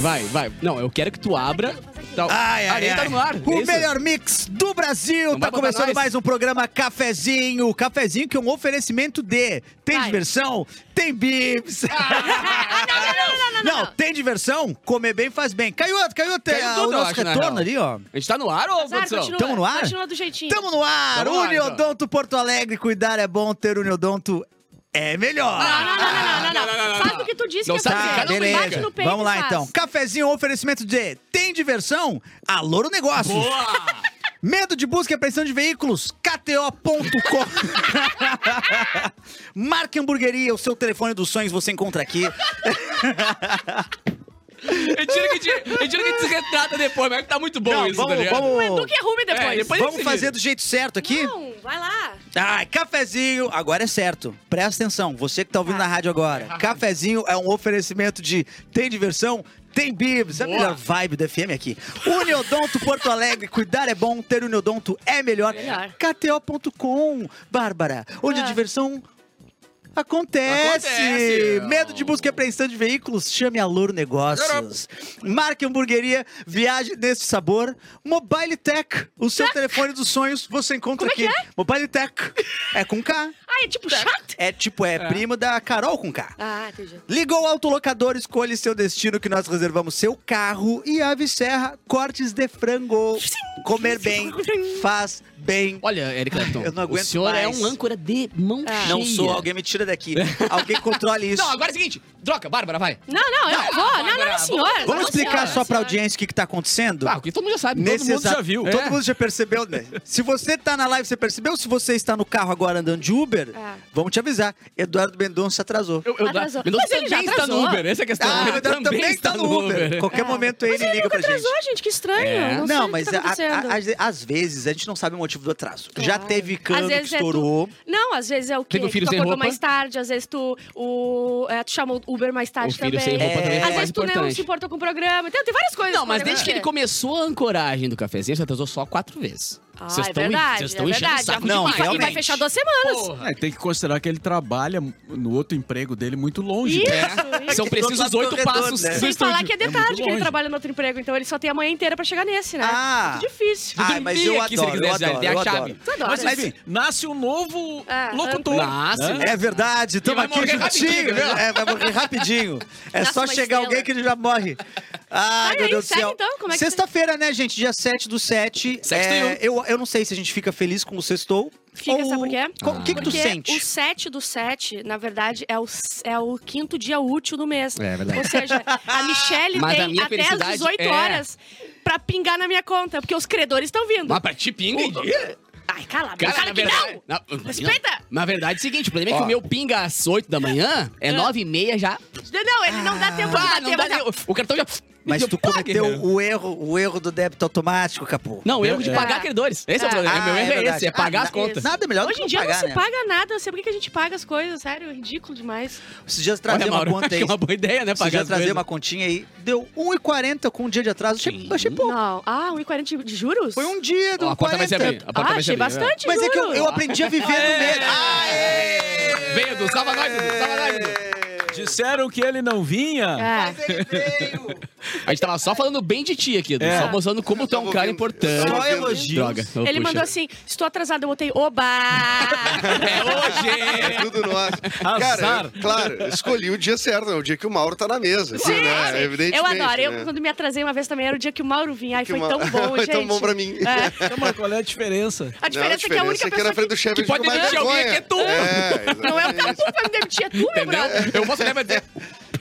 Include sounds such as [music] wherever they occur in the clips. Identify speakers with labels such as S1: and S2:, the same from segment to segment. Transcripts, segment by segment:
S1: vai, vai. Não, eu quero que tu abra. Tá,
S2: Ai, ai,
S1: Areia
S2: ai.
S1: tá no ar.
S2: O
S1: é isso.
S2: melhor mix do Brasil.
S1: Não vai
S2: tá
S1: botar
S2: começando
S1: nós.
S2: mais um programa Cafezinho. Cafezinho que é um oferecimento de... Tem
S3: Vai.
S2: diversão? Tem bibs.
S1: Ah,
S3: não,
S2: [laughs]
S3: não, não, não, não.
S2: tem diversão? Comer bem faz bem. Canhoto, canhoto.
S1: Caiu
S2: é
S1: tudo,
S2: o
S1: eu
S2: nosso
S1: acho, né, na real.
S2: retorno ali, ó.
S1: A gente tá no ar, ô,
S3: Azar,
S1: produção?
S3: continua,
S2: Tamo no ar?
S3: Continua do jeitinho.
S2: Tamo no ar.
S1: Tamo no ar,
S2: Uniodonto Porto Alegre. Cuidar é bom, ter Uniodonto é melhor. Tá,
S3: Não, não, não, não, não, não,
S1: Não, não, não,
S3: não.
S1: não.
S3: Faz o que tu disse
S1: Não
S3: que é
S1: sabe
S3: fazer.
S1: brincar, não
S2: beleza.
S3: Bate no peito
S2: Vamos lá
S3: e faz.
S2: então. Cafezinho, oferecimento de tem diversão? Alô no negócio.
S1: Boa!
S2: Medo de busca e apreensão de veículos? KTO.com Marque Hamburgueria, o seu telefone dos sonhos você encontra aqui.
S1: [laughs] Eu tiro que, tira, eu tiro que se retrata depois, mas é que tá muito bom
S2: Não,
S1: isso, tá
S2: vamos,
S1: ligado?
S3: O Edu
S2: vamos,
S3: que arrume depois.
S1: É, depois-
S2: vamos fazer do jeito certo aqui.
S3: Não, vai lá.
S2: Ai, cafezinho, agora é certo. Presta atenção, você que tá
S3: Ah.
S2: ouvindo na rádio
S3: [laughs]
S2: agora. Cafezinho é um oferecimento de tem diversão, tem bibs, é a
S1: Boa.
S2: melhor vibe do FM aqui. Uniodonto Porto Alegre, cuidar é bom, ter Uniodonto é melhor.
S3: Melhor.
S2: KTO.com, Bárbara, onde a
S3: Ah.
S2: diversão acontece.
S1: Acontece.
S2: Medo de busca e apreensão de veículos, chame a Louro Negócios. Marque Hamburgueria, viagem desse sabor. Mobile Tech, o seu telefone dos sonhos, você encontra aqui. Mobile Tech, é com K.
S3: Ah, é tipo chato?
S2: É tipo, é, primo da Carol com K.
S3: Ah, entendi.
S2: Ligou o autolocador, escolhe seu destino que nós reservamos seu carro e Ave Serra, cortes de frango. Comer bem, faz bem.
S1: Olha, Eric Clapton,
S2: Eu não
S1: o
S2: aguento
S1: senhor é
S2: mais.
S1: um âncora de mão
S3: Ah.
S1: cheia.
S2: Não sou, alguém me tira daqui. Alguém controle [laughs] isso.
S1: Não, agora é o seguinte. Troca, Bárbara, vai.
S3: Não, não, eu não vou. Não, não, não, senhor.
S2: Vamos
S3: Não,
S2: explicar
S3: senhor.
S2: só pra audiência o que, que tá acontecendo?
S1: Ah, porque todo mundo já sabe,
S2: Nesse
S1: todo mundo
S2: exato-
S1: já viu.
S2: Todo
S1: É.
S2: mundo já percebeu, né? Se você tá na live, você percebeu? Se você está no carro agora andando de Uber,
S3: É.
S2: vamos te avisar. Eduardo Mendonça atrasou.
S1: Eu, eu,
S3: Atrasou.
S1: Mendonça
S3: Mas ele já
S1: também está no
S3: atrasou.
S1: Uber, essa é a questão.
S2: Ah, o
S1: ele
S2: Eduardo também, está no Uber. Qualquer
S3: É.
S2: momento ele,
S3: Mas
S2: liga pra gente.
S3: atrasou, gente. que estranho.
S1: É.
S3: Não, sei
S2: Não,
S3: o que
S2: mas
S3: tá
S2: a- a-
S3: acontecendo.
S2: a- às vezes a gente não sabe o motivo do atraso. Já
S3: Claro.
S2: teve
S3: Às
S2: cano que
S3: vezes é tu-
S2: estourou.
S3: Não, às vezes é o quê?
S1: Teve um filho
S3: tu
S1: sem
S3: acordou
S1: roupa?
S3: mais tarde, às vezes tu, o, é, tu chamou o Uber mais tarde
S1: O filho
S3: também.
S1: sem roupa também foi
S2: É.
S3: Às
S1: mais
S3: vezes tu não se
S1: importante.
S3: importou com o programa. Tem, tem várias coisas.
S1: Não, mas desde que ele
S3: começou.
S1: começou a ancoragem do cafezinho, você atrasou só quatro vezes.
S3: Ah,
S1: Vocês
S3: é
S1: estão
S3: verdade,
S1: vocês
S3: é
S1: estão enchendo o
S3: verdade.
S1: saco
S2: Não,
S3: e,
S1: demais.
S3: vai, e vai
S2: realmente.
S3: fechar duas semanas.
S1: Porra.
S4: É, tem que considerar que ele trabalha no outro emprego dele muito longe.
S3: Isso,
S4: né?
S3: isso.
S1: São
S2: do
S1: precisos
S2: outro lado do
S1: oito
S2: corredor,
S1: passos.
S2: né?
S1: do
S3: Sem
S1: estúdio.
S3: falar que é de
S4: É muito
S3: tarde que ele
S4: longe.
S3: trabalha no outro emprego, então ele só tem a manhã inteira pra chegar nesse, né?
S2: Ah.
S3: Muito difícil.
S2: Ah,
S1: Dormir
S2: mas eu
S1: aqui, se ele
S2: adoro,
S1: quiser,
S2: eu
S1: tem a
S2: adoro, eu
S1: chave.
S2: adoro.
S3: Tu adora.
S4: Mas
S3: Mas,
S4: enfim, nasce um novo
S3: Ah,
S4: locutor.
S1: Nasce,
S4: né?
S1: né?
S2: É verdade, estamos
S1: vai
S2: aqui
S1: morrer
S2: juntinho.
S1: rapidinho,
S2: né?
S1: né?
S2: É, vai morrer rapidinho. É
S3: Nasce
S2: só
S3: uma
S2: chegar
S3: estrela.
S2: alguém que ele já morre. Ai,
S3: Olha
S2: meu
S3: aí,
S2: Deus do
S3: segue
S2: céu.
S3: então, como é que
S2: Sexta-feira, né, gente? Dia 7 do 7.
S1: Sexto e um.
S2: eu, eu não sei se a gente fica feliz com o sextou.
S3: Fica,
S2: ou...
S3: sabe por quê?
S2: Co- O que, que tu
S3: Porque
S2: sente?
S3: o 7 do 7, na verdade, é o, é o quinto dia útil do mês.
S1: É verdade.
S3: Ou seja, a
S1: [laughs]
S3: Michelle
S1: Mas a
S3: tem
S1: minha
S3: até
S1: felicidade
S3: as 18
S1: é-
S3: horas pra pingar na minha conta, porque os credores estão vindo.
S1: Mas pra ti pinga em dia.
S3: Ai, cala, a boca,
S1: Cara,
S3: fala
S1: na
S3: que
S1: verdade.
S3: não!
S1: Na,
S3: Respeita!
S1: Na verdade é o seguinte, o problema é que o meu pinga às 8 da manhã,
S3: Ah.
S1: é 9 e meia já.
S3: Não, ele não dá tempo
S1: Pá,
S3: de
S1: Ah, não dá
S3: bater, mas- é
S1: nem- O cartão já.
S2: Mas
S1: já
S2: tu
S1: paga,
S2: cometeu
S1: né?
S2: o erro, o erro do débito automático, capô.
S1: Não, erro de
S4: É.
S1: pagar credores. Esse é o
S3: Ah,
S1: problema. meu erro é,
S2: verdade.
S1: esse, é pagar
S2: Ah,
S1: as
S2: na-
S1: contas.
S2: Nada melhor do
S3: Hoje
S2: que
S3: em dia
S2: pagar,
S3: não se
S2: né?
S3: paga nada, não sei por que que a gente paga as coisas, sério, é ridículo demais.
S2: Esses dias
S1: Olha,
S2: trazia uma
S1: Mauro,
S2: conta
S1: acho
S2: aí.
S1: [laughs] que é uma boa ideia, né?
S2: Esses
S1: Pagar
S2: dias
S1: as
S2: trazia
S1: coisas.
S2: uma continha aí. Deu 1,40 com um dia de atraso. Achei,
S1: Sim.
S2: achei pouco.
S3: Não, ah, 1,40 de juros?
S2: Foi um dia do
S1: Ó, a porta vai se
S2: 40.
S1: abrir. A porta vai
S3: Ah,
S1: se
S3: achei
S1: abrir.
S3: bastante,
S2: Mas é que eu,
S3: juro.
S2: eu aprendi a viver no medo. Aê! É.
S1: Vem, Edu, salva nós, Edu, salva nós, Edu.
S4: Disseram que ele não vinha.
S3: É.
S2: Mas ele veio.
S1: A gente tava só falando bem de ti aqui, Edu.
S4: É.
S1: Só mostrando como tu é um cara importante.
S2: Só elogios.
S1: Droga. oh,
S3: Ele
S1: puxa.
S3: mandou assim: estou atrasado, eu botei oba!
S1: É hoje!
S5: É tudo nosso. Cara,
S4: Azar.
S5: eu- claro, escolhi o dia certo, é o dia que o Mauro tá na mesa.
S3: Sim,
S5: assim, né?
S3: sim.
S5: Evidentemente,
S3: eu adoro. Eu,
S5: né?
S3: quando me atrasei uma vez também, era o dia que o Mauro vinha. Ai,
S5: Que
S3: foi
S5: uma-
S3: tão bom,
S5: Foi
S3: gente.
S5: tão bom pra mim.
S3: É.
S4: Então, mas qual é a diferença?
S3: A diferença é que a
S5: Não,
S3: única
S5: diferença que na
S3: pessoa
S5: frente do chefe
S1: que
S5: a gente
S1: pode
S5: fica mais
S1: demitir alguém
S5: vergonha.
S1: é tu.
S3: [laughs]
S5: É,
S3: Não é o Capu que vai me demitir, é tu, meu
S1: Entendeu?
S3: brother.
S1: Eu posso até dizer.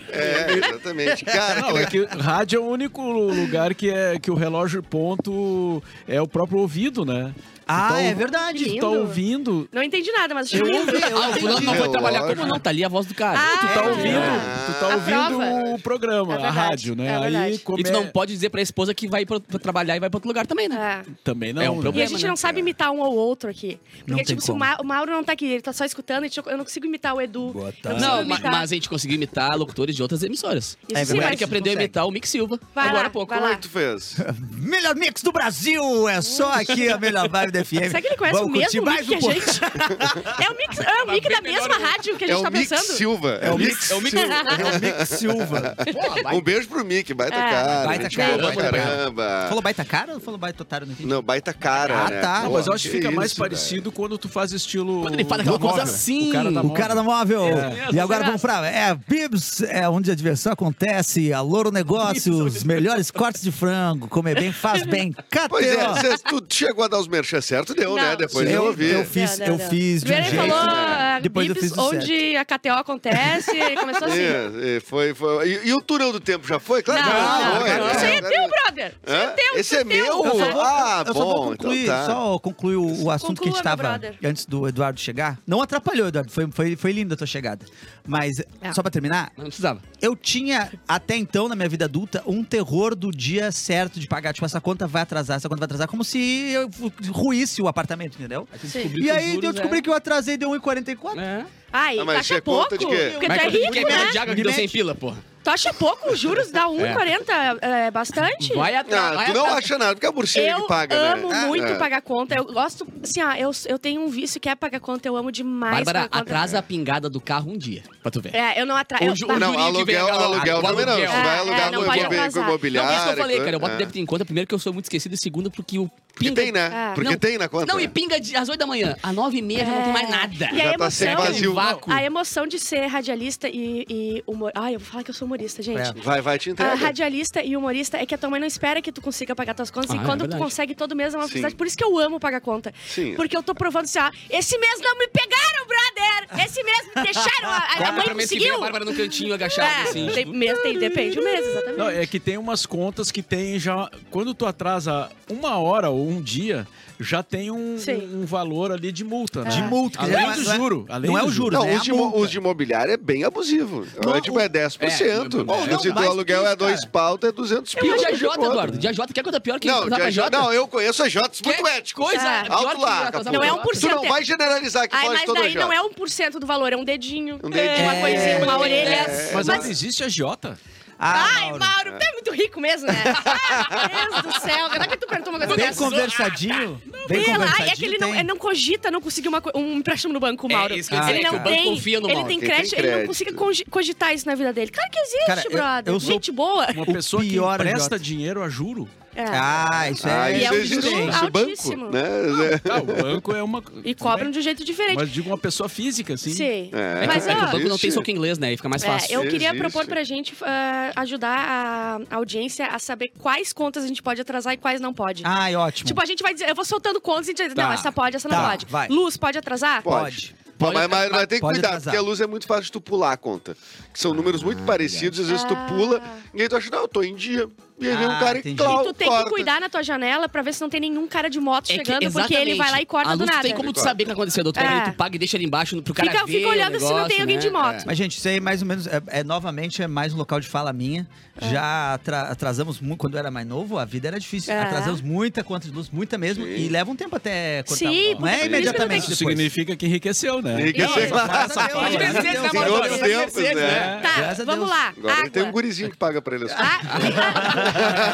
S5: é, exatamente. Cara,
S4: Não, é que rádio é o único lugar que, é, que o relógio ponto é o próprio ouvido, né?
S2: Ah,
S4: Então,
S2: é verdade.
S4: Tu tá
S3: Lindo.
S4: ouvindo,
S3: Não entendi nada, mas
S2: Eu
S3: [laughs] achei
S2: ouvi,
S3: lindo.
S2: eu
S1: Ah, o
S2: ouvi.
S1: fulano não foi trabalhar como não, tá ali a voz do cara.
S3: Ah,
S4: tu
S3: é
S4: tá
S3: verdade.
S4: ouvindo, tu tá
S3: A
S4: ouvindo
S3: prova.
S4: o programa,
S3: É
S4: a
S3: verdade,
S4: rádio, né?
S3: é
S4: Aí
S3: verdade.
S4: come...
S1: E tu não pode dizer pra esposa que vai pra, pra trabalhar e vai pra outro lugar também, né?
S3: É.
S4: Também não.
S1: É um
S4: né?
S3: E a
S1: problema.
S3: gente
S1: né?
S3: não sabe imitar um ou outro aqui. Porque,
S2: Não tem
S3: tipo, se o,
S2: como.
S3: Ma- o Mauro não tá aqui, ele tá só escutando, a gente- eu não consigo imitar o Edu.
S2: Boa
S3: Eu
S2: tarde.
S3: consigo
S1: Não, ma-
S3: É. imitar.
S1: mas a gente conseguiu imitar locutores de outras emissoras.
S3: Isso
S2: É
S3: sim,
S1: O
S2: verdade.
S3: mas-
S1: Eric aprendeu a
S2: consegue.
S1: imitar o Mick Silva.
S3: Vai
S1: agora
S3: lá,
S1: há pouco.
S3: vai lá.
S5: tu fez. É
S2: Melhor mix do Brasil. É só aqui a melhor vibe da FM.
S3: Será que ele conhece
S2: Vamos
S3: o mesmo
S2: curtir mais
S3: mic que
S2: um
S3: a
S2: pouquinho.
S3: gente? É o mic, é o mic da mesma rádio que a
S5: É
S3: gente
S5: o
S3: tá
S5: Mick
S3: pensando?
S5: Silva.
S2: É o Mix,
S4: É o Mix
S2: Silva. É o Mix Silva.
S1: Pô, vai.
S5: Um beijo pro Mick, baita
S3: É.
S5: cara.
S2: Baita
S5: gente
S2: cara,
S5: boa pra
S2: baita cara.
S5: caramba.
S2: [laughs] Falou baita cara ou falou baita otário no vídeo?
S5: Não, baita cara.
S2: Ah,
S5: né?
S2: tá,
S5: Pô,
S4: Mas eu acho que fica mais
S5: isso,
S4: parecido quando tu faz estilo.
S1: Quando ele fala
S4: da
S1: aquela coisa
S4: móvel.
S1: assim,
S4: O cara tá- da
S2: O cara da móvel.
S4: É.
S2: E agora vamos pra. É, Bibs, é onde a diversão acontece. A Louro Negócios, melhores cortes de frango. Comer bem, faz bem. KTO.
S5: Pois é, cê, tu chegou a dar os merchan certo, deu,
S3: Não.
S5: né? Depois
S2: eu,
S5: eu ouvi.
S2: eu fiz,
S3: Não,
S2: eu
S3: não, não.
S2: fiz de um
S3: Primeiro ele
S2: jeito.
S3: falou
S5: né?
S3: ah,
S2: [laughs] Depois eu
S3: bips
S2: fiz o certo.
S3: onde a KTO acontece e começou assim.
S5: É, é, foi, foi. E, e o túnel do tempo já foi? Claro que
S3: Não,
S5: já
S3: não,
S5: foi.
S3: não.
S5: né?
S3: Isso aí é teu, brother. Isso aí é
S5: Hã?
S3: teu.
S5: Esse
S3: isso
S5: é meu?
S2: Eu só vou,
S5: Ah,
S2: eu só vou
S5: bom,
S2: concluir,
S5: então tá.
S2: só concluir o, o assunto que a gente
S3: meu
S2: tava
S3: brother.
S2: antes do Eduardo chegar. Não atrapalhou, Eduardo, foi, foi, foi linda a tua chegada. Mas,
S3: É.
S2: só pra terminar,
S1: Não precisava.
S2: eu tinha, até então, na minha vida adulta, um terror do dia certo de pagar. Tipo, essa conta vai atrasar, essa conta vai atrasar. Como se eu ruísse o apartamento, entendeu?
S3: Sim.
S2: E aí eu
S5: é.
S2: descobri que eu atrasei, deu 1,44.
S1: É.
S3: Ai,
S5: Ah,
S3: tu
S5: mas isso
S3: acha
S5: é
S3: pouco?
S5: conta de quê?
S3: Porque tu
S1: Mas
S3: é
S1: quando
S3: rico,
S1: é merda de
S3: né?
S1: água que deu sem pila, porra.
S3: Tu acha pouco? Os juros dá 1,40. É. bastante?
S1: Vai
S5: Ah,
S1: atrás.
S5: tu não acha nada, porque é a bursinha
S3: Eu
S5: que paga, né?
S3: amo
S5: Ah,
S3: muito
S5: é.
S3: pagar conta. Eu gosto, assim, ah, eu, eu tenho um vício que é pagar conta. Ah, Eu amo demais
S1: Bárbara,
S3: pagar conta.
S1: atrasa a pingada do carro um dia, pra tu ver.
S3: É, eu não atraso.
S1: Hoje-
S3: eu,
S1: Não,
S5: Não,
S1: Guri que vem
S5: aluguel,
S1: alugar.
S5: aluguel
S1: O
S5: também não.
S1: aluguel.
S5: Você vai
S3: É,
S5: alugar
S3: é,
S5: com
S3: não pode
S5: imobiliário,
S1: Não,
S3: atrasar.
S5: com
S1: por isso que eu
S5: imobiliário.
S1: falei, cara. Eu boto
S5: é.
S1: débito em conta primeiro que eu sou muito esquecido, e segundo porque o
S5: Que
S1: pinga...
S5: tem, né?
S3: Ah.
S5: Porque
S1: Não.
S5: tem na conta.
S1: Não, e pinga de- às 8 da manhã. Às 9 e meia já não tem mais nada.
S3: É.
S1: um
S3: E a
S5: Já tá
S3: emoção-
S5: sem
S3: é
S5: vazio.
S1: Vácuo.
S3: A emoção de ser radialista e, e humor. Ai, eu vou falar que eu sou humorista, gente.
S5: Vai, vai, te
S3: A
S5: entrega.
S3: radialista e humorista é que a tua mãe não espera que tu consiga pagar tuas contas
S1: Ah, é
S3: e quando tu
S1: verdade.
S3: consegue todo mês é uma
S5: Sim.
S3: felicidade. Por isso que eu amo pagar conta.
S5: Sim.
S3: Porque eu tô provando assim, ó, esse mês não me pegaram, brother! Esse mês me deixaram, a, a minha
S1: Guarda
S3: mãe
S1: pra mês que vem a
S3: é conseguiu!
S1: Bárbara no cantinho agachada,
S3: É,
S1: assim.
S3: tem, mês, tem, depende do mês, exatamente.
S4: Não, é que tem umas contas que tem já. Quando tu atrasa uma hora ou um dia, já tem um,
S3: Sim.
S4: um valor ali de multa, né?
S2: De multa, que
S4: Além
S2: não é-
S4: do
S2: não é-
S4: juro. além
S2: não é
S4: do
S2: o juro, né?
S5: Não,
S2: É
S5: os
S2: a
S5: de, imo-
S2: multa.
S5: os de imobiliário é bem abusivo.
S2: Não,
S5: é tipo, é 10%.
S1: é,
S5: Se
S1: não,
S5: do
S2: mas
S5: aluguel
S2: tem,
S5: é dois
S2: cara.
S5: pauta, é 200
S1: E o
S5: pila.
S1: Dia J,
S5: conta.
S1: Eduardo? Dia J, quer coisa pior que
S5: Não,
S1: atrasar pra
S5: já- já-
S1: J?
S5: não, é eu conheço a Jota,
S1: Que
S5: muito ético.
S1: Coisa
S3: É.
S1: pior
S5: Alto
S1: que
S5: lá,
S1: atrasar
S5: Capu.
S1: pra
S3: Não é
S1: Jota.
S3: um por
S5: Tu não
S3: cento.
S5: vai generalizar que
S3: Ai,
S5: pode
S3: mas
S5: todo
S3: daí
S5: Jota.
S3: não é 1% do valor, é um dedinho.
S5: Um dedinho.
S3: Uma coisinha, uma
S5: É.
S3: orelha.
S5: É.
S4: Mas,
S3: Mas,
S4: ainda existe a Jota.
S2: Ah,
S3: ai,
S2: Mauro.
S3: Mauro, tu é muito rico mesmo, né? Ai, meu Deus do céu, como é que tu perguntou uma coisa
S2: Bem
S3: dessa?
S2: conversadinho. Bem
S3: Sei lá,
S2: conversadinho.
S3: é que ele não,
S2: tem.
S3: ele não cogita não conseguir uma co- um empréstimo no banco, Mauro.
S1: isso que eu ia
S3: ele
S1: dizer,
S3: não
S1: que o banco
S3: tem,
S1: confia no
S3: ele
S1: Mauro.
S3: tem
S5: Ele tem
S3: crédito, ele não
S5: crédito.
S3: consiga congi- cogitar isso na vida dele. Claro que existe,
S2: Cara, eu-
S3: brother.
S2: eu sou-
S3: Gente boa.
S4: Uma
S2: O
S4: pessoa que
S2: pior é a
S4: empresta
S2: Jota.
S4: dinheiro a juro.
S3: É.
S2: Ah, isso
S5: Ah,
S2: é.
S3: E é
S5: isso
S3: um
S5: existe,
S3: juro
S5: isso, banco,
S3: altíssimo.
S5: né?
S4: Tá, o banco é uma. tudo
S3: E
S4: bem.
S3: cobram de um jeito diferente.
S4: Mas digo uma pessoa física, assim.
S3: Sim.
S5: É.
S3: Mas,
S1: É que o
S3: ó,
S1: banco não tem
S5: Existe.
S1: soco inglês, né? E fica mais
S3: É,
S1: fácil.
S3: eu queria
S5: Existe.
S3: propor pra gente ah, ajudar a audiência a saber quais contas a gente pode atrasar e quais não pode.
S2: Ai, Ah, ótimo.
S3: Tipo, a gente vai dizer, eu vou soltando contas e a gente vai dizer,
S1: Tá.
S3: não, essa pode, essa não
S2: Tá,
S3: pode.
S2: vai.
S3: Luz, pode atrasar?
S5: Pode. Pô,
S1: Pode
S5: mas, mas, mas tem que
S2: pode
S5: cuidar,
S2: atrasar.
S5: porque a luz é muito fácil de tu pular a conta. Que
S3: Ah,
S5: são números muito
S3: é
S5: parecidos, às vezes tu pula, e aí tu acha, não, eu tô em dia. E aí vem
S2: Ah,
S5: um cara e
S2: entendi.
S5: clau,
S3: E tu tem
S5: corta.
S3: que cuidar na tua janela pra ver se não tem nenhum cara de moto
S1: É que-
S3: chegando, porque ele
S1: exatamente.
S3: vai lá e
S1: a
S3: corta do
S1: luz
S3: nada.
S1: tem como tu saber o que tá acontecendo. Tu,
S3: É.
S1: pega, tu paga e deixa ali embaixo pro cara
S3: Fica-
S1: ver
S3: fica
S1: o
S3: olhando se não
S1: negócio,
S3: tem alguém
S1: né?
S3: de moto.
S1: É.
S2: Mas, gente, isso aí mais ou menos. É, é- novamente, é mais um local de fala minha.
S3: É.
S2: Já atra- atrasamos muito. Quando eu era mais novo, a vida era difícil.
S3: É.
S2: Atrasamos muita conta de luz, muita mesmo.
S5: Sim.
S2: E leva um tempo até cortar.
S3: Sim,
S2: um dólar. não
S3: por isso
S2: é
S3: que
S2: imediatamente.
S4: Isso
S2: depois.
S4: significa que enriqueceu, né?
S5: Enriqueceu.
S2: Não, graças a Deus,
S1: As
S2: graças
S3: um
S2: a
S1: Mercedes
S2: Deus.
S1: na
S5: Em
S1: moto,
S5: outros
S1: as
S5: tempos,
S1: Mercedes,
S5: né?
S1: né?
S3: Tá,
S2: Graças a
S3: vamos
S2: Deus.
S3: lá.
S5: Agora ele
S3: água.
S5: tem um gurizinho que paga pra ele. assim.
S3: Ah,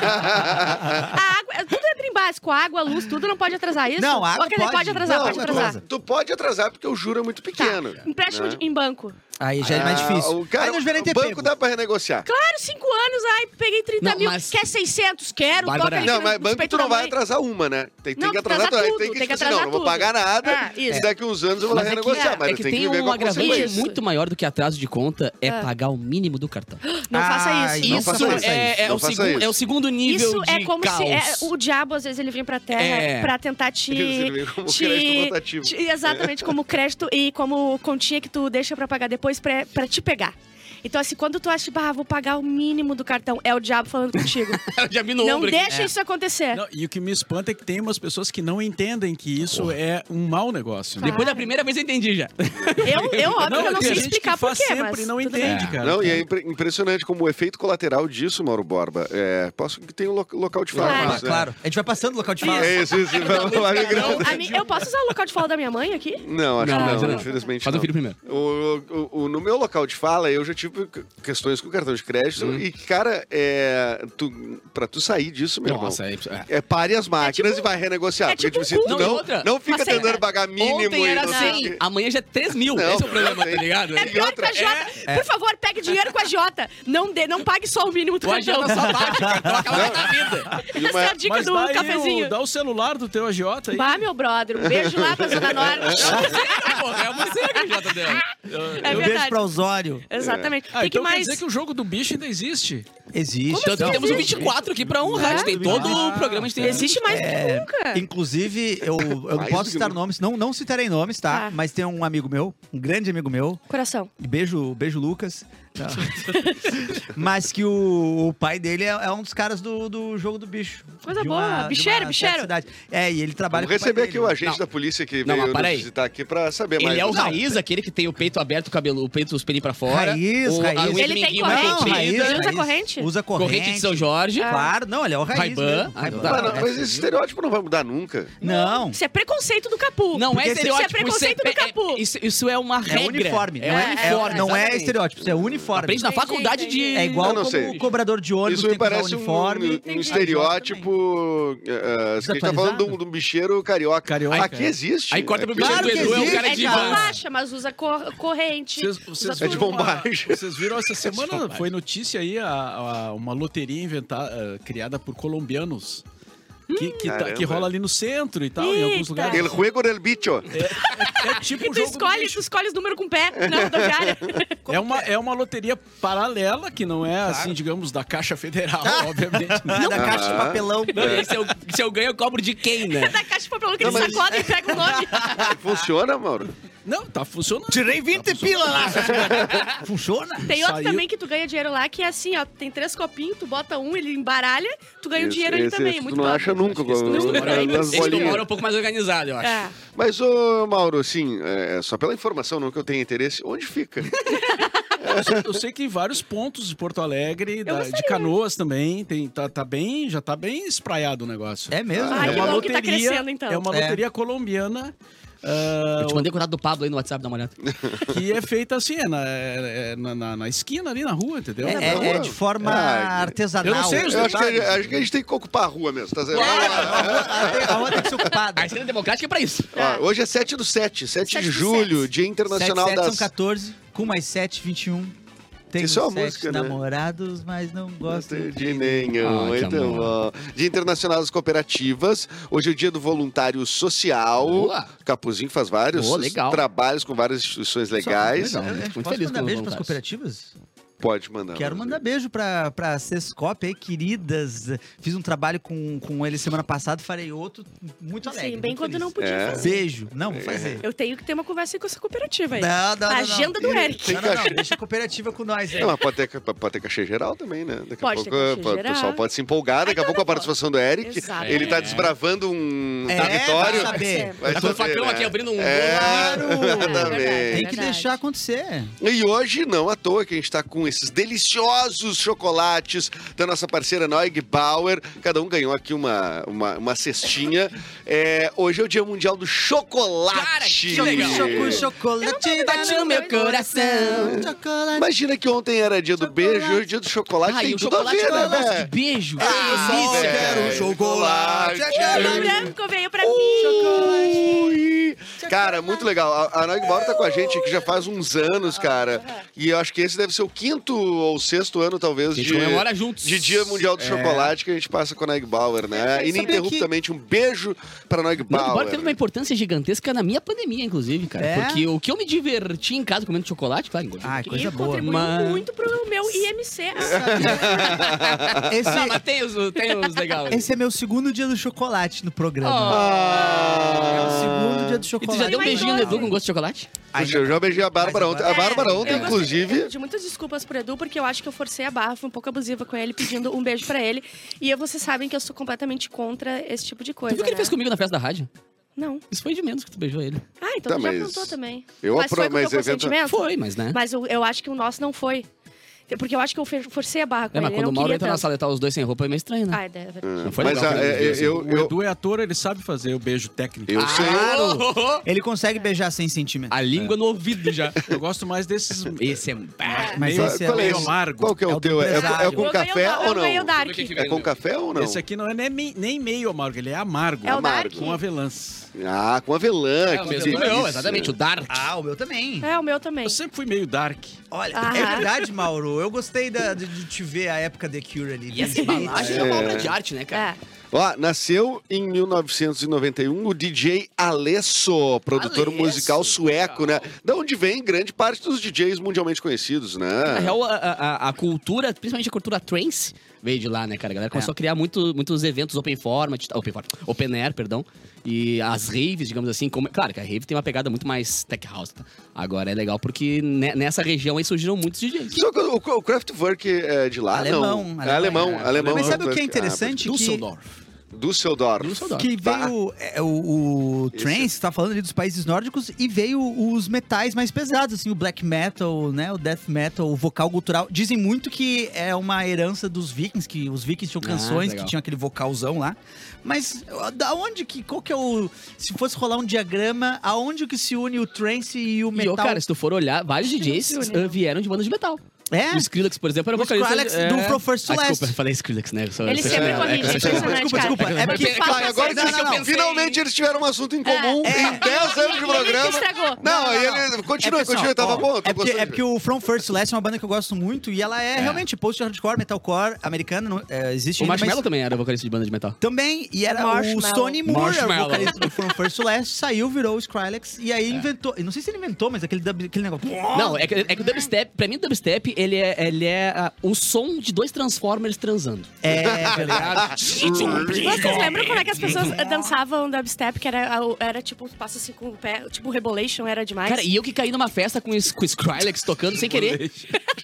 S3: a, a água, tudo entra em básico. Água, luz, tudo não pode atrasar é isso?
S2: Não, a água
S3: Ou quer dizer,
S2: pode.
S3: pode atrasar,
S5: Não,
S3: pode
S5: tu-
S3: atrasar. Tá,
S5: Tu, pode atrasar porque o juro é muito pequeno.
S3: Empréstimo
S5: né?
S3: de- em banco.
S2: Aí já é mais
S5: Ah,
S2: difícil.
S5: O cara,
S2: aí nós devemos
S5: o
S2: ter
S5: banco
S2: pego.
S5: dá pra renegociar.
S3: Claro, cinco anos, ai, peguei 30
S1: Não,
S3: mil.
S1: mas-
S3: Quer 600? Quero.
S1: Bárbara-
S3: toca ali
S5: Não,
S3: no-
S5: mas
S3: no
S5: banco
S3: peito
S5: tu
S3: da
S5: não vai
S3: mãe.
S5: atrasar uma, né? Tem,
S3: Não,
S5: que
S3: tu
S5: atrasar
S3: atrasa
S5: tudo. Aí
S3: tudo,
S5: tem que,
S3: tem que
S5: tipo assim,
S3: atrasar
S5: não, não vou
S3: tudo.
S5: pagar nada.
S3: Ah, isso.
S5: E daqui uns anos eu vou lá
S1: Mas é que,
S5: renegociar. Mas
S1: é
S5: eu
S1: que
S5: tenho
S1: tem
S5: que viver
S1: um
S5: com a
S1: agravante
S5: consequência.
S3: Isso.
S1: muito maior do que atraso de conta é
S3: Ah.
S1: pagar o mínimo do cartão.
S3: Não faça
S2: Ai,
S3: isso.
S2: não
S1: Isso,
S5: faça isso.
S1: é, é
S5: Não
S1: o
S5: faça
S1: segun-
S5: isso.
S1: é o segundo Ah, nível
S3: Isso
S1: de
S3: é como
S1: caos.
S3: se é,
S1: [laughs]
S3: o diabo, às vezes, ele vem pra terra
S1: É.
S3: pra tentar te.
S5: Ele vem como
S3: te-
S5: crédito rotativo.
S3: te- exatamente, como crédito e como continha que tu deixa pra pagar depois pra, pra te pegar. Então, assim, quando tu acha, bah, vou pagar o mínimo do cartão, é o diabo falando contigo.
S1: Já vi no
S3: não
S1: ombro aqui. É.
S3: deixa isso acontecer.
S4: Não, e o que me espanta é que tem umas pessoas que não entendem que isso é um mau negócio. né?
S1: Depois da primeira vez eu entendi já.
S5: Então,
S3: Eu, eu óbvio, que eu não
S4: tem
S3: sei
S4: gente que
S3: explicar
S4: faz
S3: porquê,
S4: sempre
S3: mas.
S4: e não
S3: tudo bem.
S4: entende,
S1: bem.
S4: cara.
S5: Não, e é impre- impressionante como o efeito colateral disso, Mauro Borba. É, posso que tem um lo- local de
S3: Ah,
S5: fala.
S2: Claro,
S5: isso, né?
S2: Ah, claro. A gente vai passando o local de fala.
S5: É isso, isso. Vai, vai migrando.
S3: A mim- eu posso usar o local de fala da minha mãe aqui?
S5: Não, acho
S1: Não,
S5: que
S1: não,
S5: não,
S1: não.
S5: infelizmente
S1: Faz o
S5: não.
S1: filho primeiro.
S5: O- o- o- no meu local de fala, eu já tive tipo questões com cartão de crédito. E, cara, é, tu, pra tu sair disso, meu
S4: Nossa,
S5: irmão,
S4: aí- é.
S5: é pare as máquinas e vai renegociar.
S3: é
S5: porque,
S3: tipo
S5: tipo
S3: um
S5: assim, tu
S1: tipo culto.
S5: não,
S1: Outra.
S5: não fica
S3: Mas tem-
S5: tentando pagar mínimo
S1: Ontem
S5: e
S1: era
S5: não
S3: assim.
S5: sei o
S1: 100,
S5: quê.
S1: amanhã já é 3 mil.
S5: Não,
S1: Esse é o problema,
S5: tem.
S1: tá ligado?
S3: É pior que a Jota. Por favor, pegue dinheiro com a Jota. Não, dê, não pague só o mínimo do
S1: O agiota
S5: [laughs]
S3: cartão.
S1: só bate, cara. Troca lá na vida.
S5: E
S3: Essa
S5: uma-
S3: é a dica
S4: Mas
S3: do
S4: dá aí
S3: cafezinho.
S4: O, dá o celular do teu agiota aí. Ah,
S3: Bah, meu brother. Um beijo lá pra Zona
S4: [laughs]
S3: Norte.
S1: Pô, é você que agiota dela.
S3: É
S2: um beijo
S3: verdade.
S2: pra Osório.
S3: Exatamente.
S4: Ah,
S3: Tem
S4: então
S3: que mais.
S4: quer dizer que o jogo do bicho ainda existe.
S2: Existe.
S3: assim
S2: Então,
S3: Então,
S1: Tanto que
S2: não.
S1: temos um
S3: um
S1: o 24 aqui pra honrar. A gente tem todo o programa. A gente tem
S3: Existe mais do
S4: É,
S3: que
S2: [laughs]
S3: nunca.
S2: Inclusive, eu, eu não
S5: Mais do
S2: posso
S5: que um.
S2: citar
S5: nunca.
S2: nomes, não, não citarei nomes, tá?
S3: Tá.
S2: Mas tem um amigo meu, um grande amigo meu,
S3: Coração.
S2: beijo, beijo Lucas.
S3: [laughs]
S2: Tá. Mas que o, o pai dele é, é um dos caras do, do jogo do bicho.
S3: Coisa
S2: De
S3: boa,
S2: de
S3: bicheiro,
S2: certa
S3: bicheiro.
S2: cidade. É, e ele trabalha
S5: Vamos
S2: com o pai
S5: receber aqui
S2: dele,
S5: o
S2: né?
S5: agente
S1: Não.
S5: da polícia que
S1: Não, mas
S5: veio
S1: pera
S5: nos
S1: aí.
S5: visitar aqui pra saber mais. um.
S1: Ele é o
S5: Não,
S1: Raiz, aquele que tem o peito aberto, o cabelo, o peito, os pelinhos pra fora.
S2: Raiz,
S1: o, a-
S2: Raiz.
S1: o
S3: Ele tem
S1: elementinho na
S3: corrente?
S2: Não, raiz,
S1: comprida,
S3: Ele usa
S2: raiz.
S3: corrente?
S2: Usa corrente.
S1: Corrente de São Jorge.
S2: Claro, não, ele é o raiz.
S1: Ray-Ban.
S2: mesmo.
S1: Ah,
S2: Ray-Ban.
S1: tá.
S5: Mano, mas esse estereótipo não vai mudar nunca.
S2: Não.
S3: Isso é preconceito do Capu.
S1: Não é
S2: Porque isso é
S1: estereótipo.
S3: preconceito
S1: isso, é,
S3: do Capu.
S1: é- isso, isso é uma
S2: É
S1: regra.
S2: uniforme.
S1: É
S2: não
S1: um
S3: é-
S1: uniforme.
S2: Não é
S1: exatamente.
S2: estereótipo, isso é uniforme.
S1: Aprende na
S3: Entendi,
S1: faculdade de...
S3: entendi.
S2: É igual
S5: Eu não
S2: como
S5: sei.
S2: o cobrador de ônibus
S5: Isso
S2: tem
S5: me
S2: que usar
S5: parece um,
S2: uniforme.
S5: um estereótipo. eh, eh, que a gente tá falando de um, de um bicheiro carioca.
S4: Carioca,
S5: Aqui
S4: é.
S5: existe.
S1: Aí corta pro
S5: Aqui
S1: bicho
S2: Claro
S1: do
S2: que
S1: Edu, é o
S2: existe,
S1: cara
S3: É
S1: de
S3: de
S2: cara.
S1: van.
S3: borracha, mas usa cor- corrente.
S4: Vocês,
S3: usa
S4: vocês
S5: É de É
S4: viram uma-
S5: bombagem.
S4: vocês viram
S5: [laughs]
S4: essa semana, foi notícia aí, a, a- uma loteria inventada, criada por colombianos. Que, que, tá-
S5: Caramba.
S4: que rola ali no centro e tal, em alguns
S3: Hum. Eita.
S1: um
S4: lugares.
S5: El juego del bicho.
S4: É tipo
S3: E [laughs]
S4: o
S3: tu
S4: jogo do
S3: escolhe,
S4: bicho.
S3: tu escolhe os números com o pé na
S4: [laughs]
S3: rodoviária.
S4: É uma, é uma loteria paralela, que não
S5: Tá.
S4: é, assim, digamos, da Caixa
S5: [laughs]
S4: Federal, obviamente.
S2: Ah, da caixa de
S5: Ah.
S2: papelão.
S1: Não, e aí se, eu, se eu ganho, eu cobro de quem, né?
S3: da caixa de papelão que ele
S5: Não, mas-
S3: sacode e pega o nome.
S5: Funciona, Mauro?
S4: Não, tá funcionando.
S2: Tirei 20 pila lá. Funciona?
S3: Tem outro
S4: Saiu.
S3: também que tu ganha dinheiro lá, que é assim, ó. Tem três copinhos, tu bota um, ele embaralha, tu ganha o
S5: Esse-
S3: dinheiro ali
S5: esse-
S3: também. é
S5: esse
S3: Muito
S5: tu não
S3: bom.
S5: acha nunca. com-
S1: Esse do Mauro-
S5: nas
S1: Esse do
S5: bolinhas.
S1: Mauro é um pouco mais organizado, eu acho.
S3: É.
S5: Mas, ô, Mauro, assim, é, só pela informação, não que eu tenho interesse, onde fica?
S4: Eu sei- Eu sei que em vários pontos de Porto Alegre, da- de
S3: gostaria.
S4: Canoas também, tem, tá, tá bem, já tá bem espraiado o negócio.
S2: É mesmo?
S3: Ai,
S4: É
S3: que
S4: uma
S3: bom que tá crescendo, então.
S4: É uma
S2: É.
S4: loteria colombiana. ah,
S1: Eu te mandei o contato do Pablo aí no WhatsApp, dá uma olhada.
S4: que é feita assim, é na, é- é na, na- na esquina ali na rua, entendeu? Tá
S2: É, é- é de forma
S5: Ah,
S2: artesanal.
S4: eu não sei os
S5: Eu acho que,
S4: detalhes.
S5: a- acho que a gente tem que ocupar a rua mesmo, tá
S2: [laughs]
S5: certo?
S2: A rua- A rua tem que ser ocupada.
S1: A cena democrática é pra isso.
S5: Ó, hoje é 7 do 7, 7,
S3: Sete
S5: de
S3: do
S5: julho,
S3: sete.
S5: Dia Internacional
S2: 7,
S5: das...
S2: são 14, com mais 7, 21. Tem
S5: Isso é uma
S2: um. sete
S5: música, né?
S2: namorados, mas não gosto
S5: de nenhum,
S1: Ah, que
S5: então, ó. Dia Internacional das Cooperativas. Hoje é o dia do voluntário social.
S1: Boa.
S5: Capuzinho faz vários
S1: Boa, legal.
S5: trabalhos com várias instituições
S2: é
S5: legais.
S1: legal.
S2: Eu- eu
S1: Muito
S2: né? Posso
S1: feliz
S2: mandar
S1: com
S2: beijo
S1: o
S2: pras
S1: Lucas.
S2: cooperativas?
S5: Pode mandar.
S2: Quero mandar beijo pra, pra Sescop aí, queridas. Fiz um trabalho com, com ele semana passada, farei outro muito alegre.
S3: Assim, bem
S2: muito
S3: quando
S2: feliz.
S3: não podia
S5: É.
S3: fazer.
S2: Beijo. Não, vou fazer.
S3: Eu tenho que ter uma conversa com essa cooperativa aí.
S2: Não, não, não, não.
S3: Agenda do Eric.
S5: Tem
S2: Não, não, não,
S5: cachê.
S2: deixa a cooperativa com nós aí.
S5: Não, É, mas pode ter, pode ter cachê geral também, né? Daqui
S3: Pode
S5: a
S3: ter
S5: pouco
S3: cachê
S5: pô, o
S3: geral.
S5: pessoal pode se empolgar. Daqui a
S3: Ah, então
S5: pouco a
S3: não
S5: participação do Eric.
S3: Exatamente.
S5: Ele tá
S1: É.
S5: desbravando um
S2: É,
S5: território.
S2: vai saber.
S5: Vai
S1: Tá com o
S5: saber,
S1: facão
S5: né?
S1: aqui abrindo um
S5: É,
S1: bolo. [laughs]
S5: exatamente.
S2: Tem que
S3: Verdade.
S2: deixar acontecer.
S5: E hoje, não à toa, que a gente está com esses deliciosos chocolates da nossa parceira Noig Bauer. Cada um ganhou aqui uma, uma, uma cestinha. É, hoje é o Dia Mundial do Chocolate.
S1: Cara, que legal.
S2: Choco, chocolate
S1: bate no meu coração.
S2: Chocolate.
S5: Imagina que ontem era dia do
S2: Chocolate.
S5: beijo, hoje é dia do chocolate.
S1: Ai,
S5: tem
S1: o
S5: tudo a
S1: chocolate
S5: ver,
S1: com
S5: né?
S1: um negócio de
S5: velho?
S1: beijo.
S2: É
S1: Que
S5: Ah,
S1: delícia.
S5: velho.
S3: O
S2: né?
S3: branco veio pra mim.
S5: Ui. Cara, muito legal. A, a Noig Bauer tá com a gente aqui já faz uns anos, cara. E eu acho que esse deve ser o quinto ou sexto ano, talvez,
S1: A gente
S5: de,
S1: comemora juntos.
S5: de Dia Mundial
S1: É.
S5: do Chocolate que a gente passa com a Noig Bauer, né?
S2: Sabia
S5: Ininterruptamente, um beijo pra Noig
S1: Não, embora teve uma
S5: Bauer.
S1: importância gigantesca na minha pandemia, inclusive, cara.
S2: É?
S1: Porque o que eu me diverti em casa comendo chocolate, claro, engordei.
S2: Ai,
S1: um pouquinho.
S2: coisa
S3: E
S2: boa.
S3: contribuiu
S1: Mas-
S3: muito pro meu
S2: [laughs]
S3: IMC. Ah,
S2: Esse,
S1: Não, mas tem os, tem os legal.
S2: [laughs] esse é meu segundo dia do chocolate no programa.
S5: Ah.
S2: É o segundo dia
S1: Ah.
S2: do
S1: E
S2: chocolate. é.
S1: tu já deu um
S3: Mas
S1: beijinho no
S3: não.
S1: Edu com gosto de chocolate?
S5: Puxa, eu já beijei a Bárbara
S2: Mas
S5: ontem.
S2: agora-
S5: A Bárbara
S2: É,
S5: ontem,
S3: eu gostaria
S5: inclusive.
S3: de muitas desculpas pro Edu, porque eu acho que eu forcei a barra, fui um pouco abusiva com ele, pedindo um beijo pra ele. E eu- vocês sabem que eu sou completamente contra esse tipo de coisa.
S1: Tu viu o que ele
S3: né?
S1: fez comigo na festa da rádio?
S3: Não.
S1: Isso foi de menos que tu beijou ele.
S3: Ah, então
S5: Tá,
S3: tu já
S5: mas
S3: contou também.
S5: eu
S3: mas foi
S5: apro-
S3: com o teu
S5: mas evento-
S3: consentimento?
S1: Foi, mas né?
S3: Mas eu, eu acho que o nosso não foi. Porque eu acho que eu fe- forcei a barra com
S1: É,
S3: ele.
S1: mas
S3: eu
S1: quando
S3: não
S1: o Mauro
S3: queria
S1: entra na
S3: tanto.
S1: sala e tá os dois sem roupa, é meio estranho, né?
S3: Ah, é verdade.
S1: Não foi
S5: Mas
S1: legal Ah,
S5: a-
S1: aquele dia, assim.
S5: eu,
S4: O
S5: eu,
S4: Edu é ator, ele sabe fazer o beijo técnico.
S5: eu sei.
S1: Claro!
S2: Ele consegue beijar sem sentimento.
S1: A língua no ouvido já.
S4: Eu gosto mais
S3: [laughs]
S4: desses.
S1: Ah, Esse é... Ah,
S2: Mas
S4: meio,
S2: esse é-
S5: Qual é
S4: meio
S5: esse?
S4: amargo.
S5: Qual que é o
S2: É o do
S5: teu? É,
S2: empresário.
S5: é com
S3: Eu ganhei o
S5: café
S3: da-
S5: ou
S3: Eu ganhei o
S5: não?
S3: Dark.
S5: É com café ou não?
S4: Esse aqui não é nem, me- nem meio amargo, ele é amargo.
S3: É o
S5: Amargo.
S3: Dark.
S4: Com avelãs.
S5: Ah, com avelã.
S1: É o
S5: que
S1: mesmo
S5: delícia.
S1: meu, exatamente, o Dart.
S2: Ah, o meu também.
S3: É, o meu também.
S4: Eu sempre fui meio dark.
S2: Olha, é
S3: Aham.
S2: verdade, Mauro. Eu gostei da- de, de te ver a época The Cure ali.
S1: E essa embalagem é uma obra de arte, né, cara?
S3: É.
S5: Ó, nasceu em 1991 o DJ Alesso, produtor
S1: Alesso,
S5: musical sueco, né? Da onde vem grande parte dos DJs mundialmente conhecidos,
S1: Na
S2: Ah.
S3: É,
S5: né?
S1: real, a, a- a cultura, principalmente a cultura trance, veio de lá, né, cara? A galera
S2: É.
S1: começou a criar muito- muitos eventos open format, open, format, open air, perdão. E as raves, digamos assim, como- claro que a rave tem uma pegada muito mais tech house. tá? Agora é legal porque ne- nessa região aí surgiram muitos DJs.
S5: Só que o, o Kraftwerk é de lá,
S2: Alemão,
S5: não.
S2: alemão,
S5: É alemão,
S2: é.
S5: alemão, alemão.
S2: Mas sabe o que é
S5: Kraftwerk.
S2: interessante? Que-
S1: Düsseldorf.
S5: Ah, Düsseldorf.
S1: Düsseldorf.
S2: Que veio é, o, o trance, tá falando ali dos países nórdicos, e veio os metais mais pesados, assim, o black metal, né, o death metal, o vocal gutural. Dizem muito que é uma herança dos vikings, que os vikings tinham
S1: Ah,
S2: canções que
S1: legal.
S2: tinham aquele vocalzão lá. Mas ó, da onde que, qual que é o, se fosse rolar um diagrama, aonde que se une o trance e o
S1: E,
S2: metal?
S1: ô, cara, se tu for olhar, vários DJs
S3: Acho que não.
S1: eh, vieram de bandas de metal.
S2: é?
S1: O Skrillex, por exemplo, era
S2: O
S1: vocalista...
S2: Skrillex
S1: é...
S2: do From First to
S1: Ah,
S2: Last.
S1: desculpa, eu falei Skrillex, né? Eu sou-
S3: Ele
S1: eu sou-
S3: sempre
S1: é, é,
S3: corrige, é impressionante,
S2: desculpa,
S3: cara.
S2: desculpa. É porque-
S3: Ele faz
S5: Vai, agora
S3: essas-
S2: não, não,
S5: que
S2: não.
S5: finalmente eles tiveram um assunto em comum
S2: É.
S5: em 10 anos de
S3: E ele que
S5: programa.
S3: estragou.
S5: Não,
S2: Não, não,
S5: aí
S2: não.
S5: ele. Continua,
S2: É porque,
S5: continua,
S2: assim, ó,
S5: tava bom. eu tô
S2: É porque,
S5: gostando
S2: é porque o From First to Last é uma banda que eu gosto muito e ela é, realmente post-hardcore, metalcore, americana, não, é, existe
S1: O
S2: ainda, mas-
S1: Marshmello também era vocalista de banda de metal.
S2: Também, e era o
S3: Marshmallow.
S2: Sony Moore, era o
S1: Marshmallow. É.
S2: vocalista do From First
S1: [laughs]
S2: to Last, saiu, virou o Skrillex, e aí inventou, e não sei se ele inventou, mas aquele, dub- aquele negócio...
S1: Não, é que, é que o dubstep, pra mim o dubstep, ele é, ele é ah, o som de dois Transformers transando.
S2: É,
S1: [laughs]
S2: verdade.
S3: Vocês lembram como é que as pessoas dançavam dubstep, que era, era tipo, passa assim com o pé, tipo, Rebolation era demais?
S1: Cara, e eu que caí numa festa com o Skrillex tocando sem querer.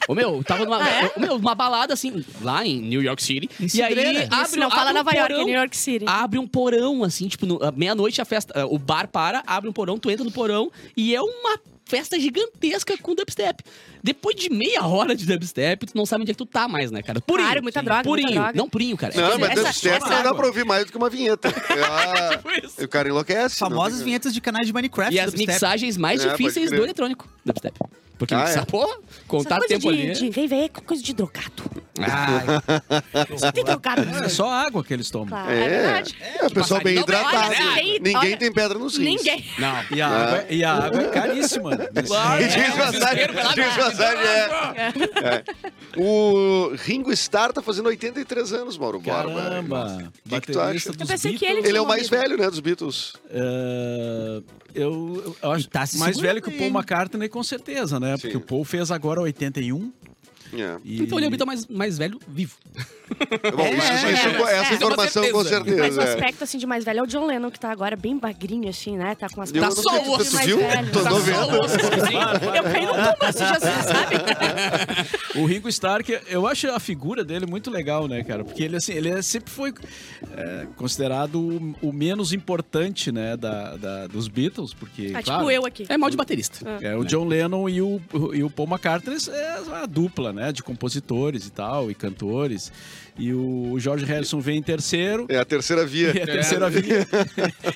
S1: Ô meu, tava numa
S3: Ah, é?
S1: ô, meu, uma balada assim, lá em New York City.
S2: Em
S1: e aí
S2: Cidreira.
S3: Isso
S1: abre,
S3: não fala
S1: abre um
S3: Nova York,
S1: porão,
S3: é New York City.
S1: Abre um porão, assim, tipo, no- à meia-noite a festa. ah, O bar para, abre um porão, tu entra no porão e é uma festa gigantesca com dubstep. Depois de meia hora de dubstep, tu não sabe onde é que tu tá mais, né, cara? Purinho.
S3: Claro, muita
S1: Sim.
S3: droga, muita
S1: Purinho.
S3: droga.
S1: Não, purinho, cara.
S5: Não,
S1: É,
S5: mas
S1: essa-
S5: dubstep
S1: essa
S5: não dá
S1: água.
S5: pra ouvir mais do que
S1: [laughs]
S5: uma vinheta. Ah,
S1: Tipo isso.
S5: e o cara enlouquece. não
S2: Famosas
S5: tem-
S2: vinhetas de canais de Minecraft.
S1: E as
S2: dubstep.
S1: mixagens mais
S5: É, pode
S1: difíceis
S5: crer.
S1: do eletrônico. Dubstep. Porque
S5: Ah,
S1: mixar,
S5: é?
S1: pô,
S3: Essa
S1: contar
S3: coisa
S1: tempo
S3: de,
S1: ali. né?
S3: de vem, vem, é coisa de drogado. Ah,
S2: Ai,
S3: Você tem
S5: [laughs]
S3: drogado. né?
S4: É só água que eles tomam.
S3: Claro, é,
S5: É,
S3: verdade.
S5: é, o pessoal
S1: passarinho
S5: bem
S1: não bebe
S5: hidratado.
S1: água, né?
S3: Tem-
S5: Ninguém
S3: olha,
S5: tem pedra nos rins.
S3: Ninguém.
S1: Não.
S4: E a, água, e a água é caríssima.
S1: Claro.
S5: E diz
S1: desespero
S5: [laughs] passagem,
S1: pela
S5: diz
S1: água.
S5: passagem, é. É. O Ringo Starr tá fazendo 83 anos, Mauro Borba.
S4: Caramba.
S5: O que, que tu acha?
S4: baterista dos
S3: Eu pensei que ele
S4: Beatles.
S5: Ele é
S3: tinha
S5: o mais
S3: morrido.
S5: velho, né, dos Beatles.
S4: É, eu, eu
S2: E
S4: acho
S2: tá se
S4: mais
S2: segurando
S4: velho que o
S2: bem.
S4: Paul McCartney, com certeza, né? Porque
S5: Sim.
S4: o Paul fez agora 81.
S5: É.
S4: E...
S1: Então ele é o Beatle mais, mais velho vivo.
S5: Bom, isso- isso-
S3: é,
S5: essa
S1: é.
S5: informação
S1: Isso é
S5: com
S1: uma
S5: certeza.
S3: Mas o
S5: é.
S3: aspecto assim de mais velho é o John Lennon, que tá agora bem bagrinho, assim, né? Tá com as
S5: Eu não
S1: só
S5: sei, tu-
S1: osso
S5: tu
S3: mais
S5: viu?
S3: velho.
S5: Tô
S3: Tá
S5: tô
S3: só
S5: vendo.
S3: Eu caí no tombo assim, já sabe?
S4: O Ringo Stark, eu acho a figura dele muito legal, né, cara? Porque ele, assim, ele é- sempre foi é, considerado o, o menos importante, né, da, da- dos Beatles, porque,
S3: Ah,
S4: claro,
S3: tipo eu aqui.
S1: É mal de baterista.
S4: é, o John Lennon e o, e o Paul McCartney é a dupla, né, de compositores e tal, e cantores. E o George Harrison vem em terceiro.
S5: É a terceira via.
S4: E a terceira via.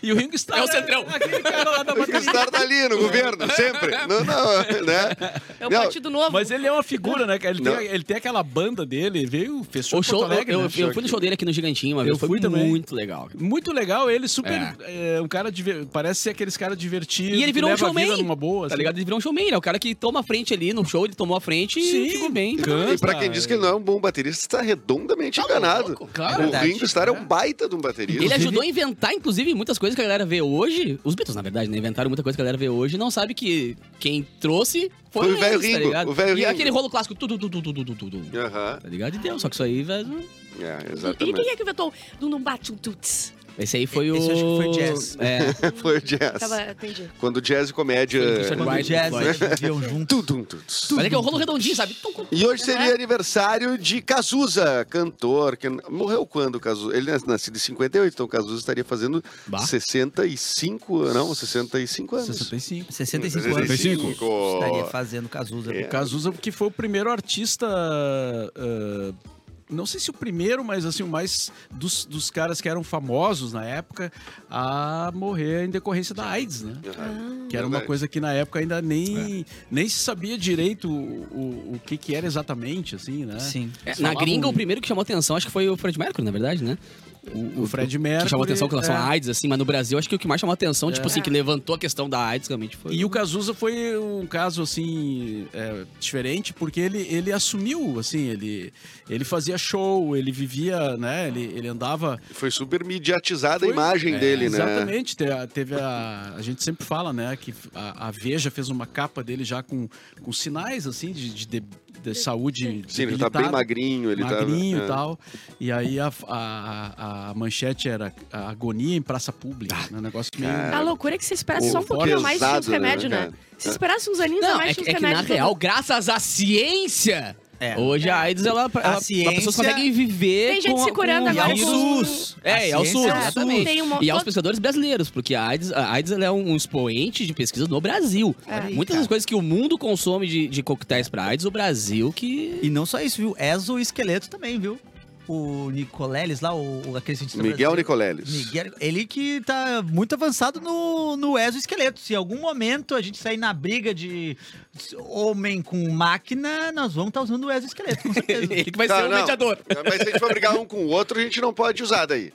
S4: E o Ringo Starr
S1: É o centrão.
S4: aquele cara lá da
S5: O Ringo
S4: bateria.
S5: Starr tá ali no governo, sempre. Não, não, né?
S3: É o
S5: Não,
S3: partido novo.
S4: Mas ele é uma figura, né? cara? Ele
S5: Não.
S4: tem, ele tem aquela banda dele, veio, fez show
S1: O
S4: em Porto
S1: show,
S4: Alegre,
S1: eu,
S4: né?
S1: eu- eu fui no show dele aqui no Gigantinho uma
S4: Eu
S1: vez, foi
S4: fui também.
S1: muito legal. cara.
S4: Muito legal, ele super.
S1: É.
S4: É. um cara diver- Parece ser aqueles caras divertidos.
S1: E ele virou
S4: que
S1: um
S4: leva a
S1: showman,
S4: vida numa boa,
S1: Tá
S4: assim.
S1: ligado? Ele virou um showman, né? O cara que toma a frente ali no show, ele tomou a frente
S4: Sim.
S1: e ficou bem.
S4: Canta.
S5: E pra quem diz que ele não é um bom baterista, está redondamente
S1: Tá
S5: enganado.
S1: louco, claro.
S5: o
S1: É
S2: verdade.
S5: Ringo Starr é um baita de um baterista.
S1: Ele ajudou a inventar, inclusive, muitas coisas que a galera vê hoje. Os Beatles, na verdade, né? Inventaram muita coisa que a galera vê hoje e não sabe que quem trouxe foi,
S5: Foi o velho
S1: eles, tá
S5: Ringo,
S1: ligado?
S5: o velho
S1: E
S5: Ringo.
S1: aquele rolo clássico, tudo, tudo, tudo, tudo, tudo.
S5: Aham,
S1: Tá ligado? E deu, só que isso aí, velho.
S5: é,
S1: [laughs]
S3: E
S5: exatamente.
S3: quem é que inventou o Numbatututs?
S1: Esse aí foi o.
S2: Esse eu acho que foi jazz. [laughs]
S1: É,
S5: Foi o jazz.
S3: Tava, entendi.
S5: Quando jazz e comédia.
S1: Foi o Richard
S2: Quando o
S1: Wright,
S2: jazz
S1: Floyd. [laughs]
S2: viviam junto.
S5: Tudum, tudus.
S1: mas é que é o rolo redondinho, sabe? Tum, tum.
S5: E hoje seria aniversário de Cazuza, cantor. Que morreu quando o Cazuza? Ele é nascido em 58, então o Cazuza estaria fazendo
S1: Bah.
S5: 65, não, 65 anos.
S4: 65.
S2: 65 anos.
S5: 65.
S2: Estaria fazendo Cazuza.
S5: É.
S4: Cazuza, que foi o primeiro artista. ah, não sei se o primeiro, mas assim, o mais dos, dos caras que eram famosos na época a morrer em decorrência da AIDS, né? Que era uma
S5: Verdade. É.
S4: coisa que na época ainda nem, nem se sabia direito o, o, o que, que era exatamente, assim, né?
S2: Sim.
S1: É, na
S4: Falavam-
S1: gringa,
S2: um-
S1: o primeiro que chamou atenção acho que foi o Fred Mercury, na verdade, né?
S4: O, o Fred
S1: Que
S4: Mercury.
S1: chamou atenção com relação
S4: é.
S1: à AIDS, assim, mas no Brasil acho que o que mais chamou atenção, tipo
S2: É.
S1: assim, que levantou a questão da AIDS realmente foi.
S4: E o Cazuza foi um caso, assim, é, diferente, porque ele, ele assumiu, assim, ele, ele fazia show, ele vivia, né, ele, ele andava...
S5: Foi super mediatizada
S4: Foi-
S5: a imagem
S1: É,
S5: dele, né?
S4: Exatamente, te- a- teve a... A gente sempre fala, né, que a, a Veja fez uma capa dele já com, com sinais, assim, de, de, de- de saúde
S5: Sim, ele tá bem
S4: debilitada
S5: magrinho, ele
S4: magrinho
S5: tá.
S4: e tal. E aí a, a, a manchete era a agonia em praça pública. né? Um negócio meio.
S5: Ah, Cara.
S3: A loucura é que se esperasse
S5: Pô,
S3: só um pouquinho a mais tinha uns
S5: pesado, né,
S3: remédios, né?
S5: cara?
S3: Se esperasse uns aninhos a
S1: Não, é
S3: mais
S1: que,
S3: tinha uns
S1: é que na
S3: remédios.
S1: real, graças à ciência,
S2: É.
S1: hoje a AIDS, ela, ela,
S2: ciência-
S1: as pessoas conseguem viver
S3: Tem gente
S1: com,
S3: se curando
S1: com
S2: E ao
S3: agora
S1: vírus.
S3: com-
S2: SUS.
S1: É, e ao
S2: ciência
S1: SUS,
S2: é o
S1: exatamente.
S3: Tem um uma-
S1: E aos
S3: todo-
S1: pesquisadores brasileiros, porque a AIDS, a AIDS ela é um expoente de pesquisa no Brasil.
S3: É. Olha aí,
S1: Muitas
S2: cara.
S1: das coisas que o mundo consome de, de coquetéis pra AIDS, o Brasil que...
S2: E não só isso, viu? Exoesqueleto também, viu? O Nicoleles lá, o, o aquele cientista
S5: Miguel
S2: brasileiro.
S5: Nicoleles.
S2: Miguel, ele que tá muito avançado no, no exoesqueleto. Se em algum momento a gente sair na briga de homem com máquina, nós vamos estar usando o exoesqueleto, com certeza.
S1: [laughs] Ele que vai
S5: Tá,
S1: ser o
S5: não.
S1: mediador.
S5: Mas se a gente for brigar um com o outro, a gente não pode usar daí.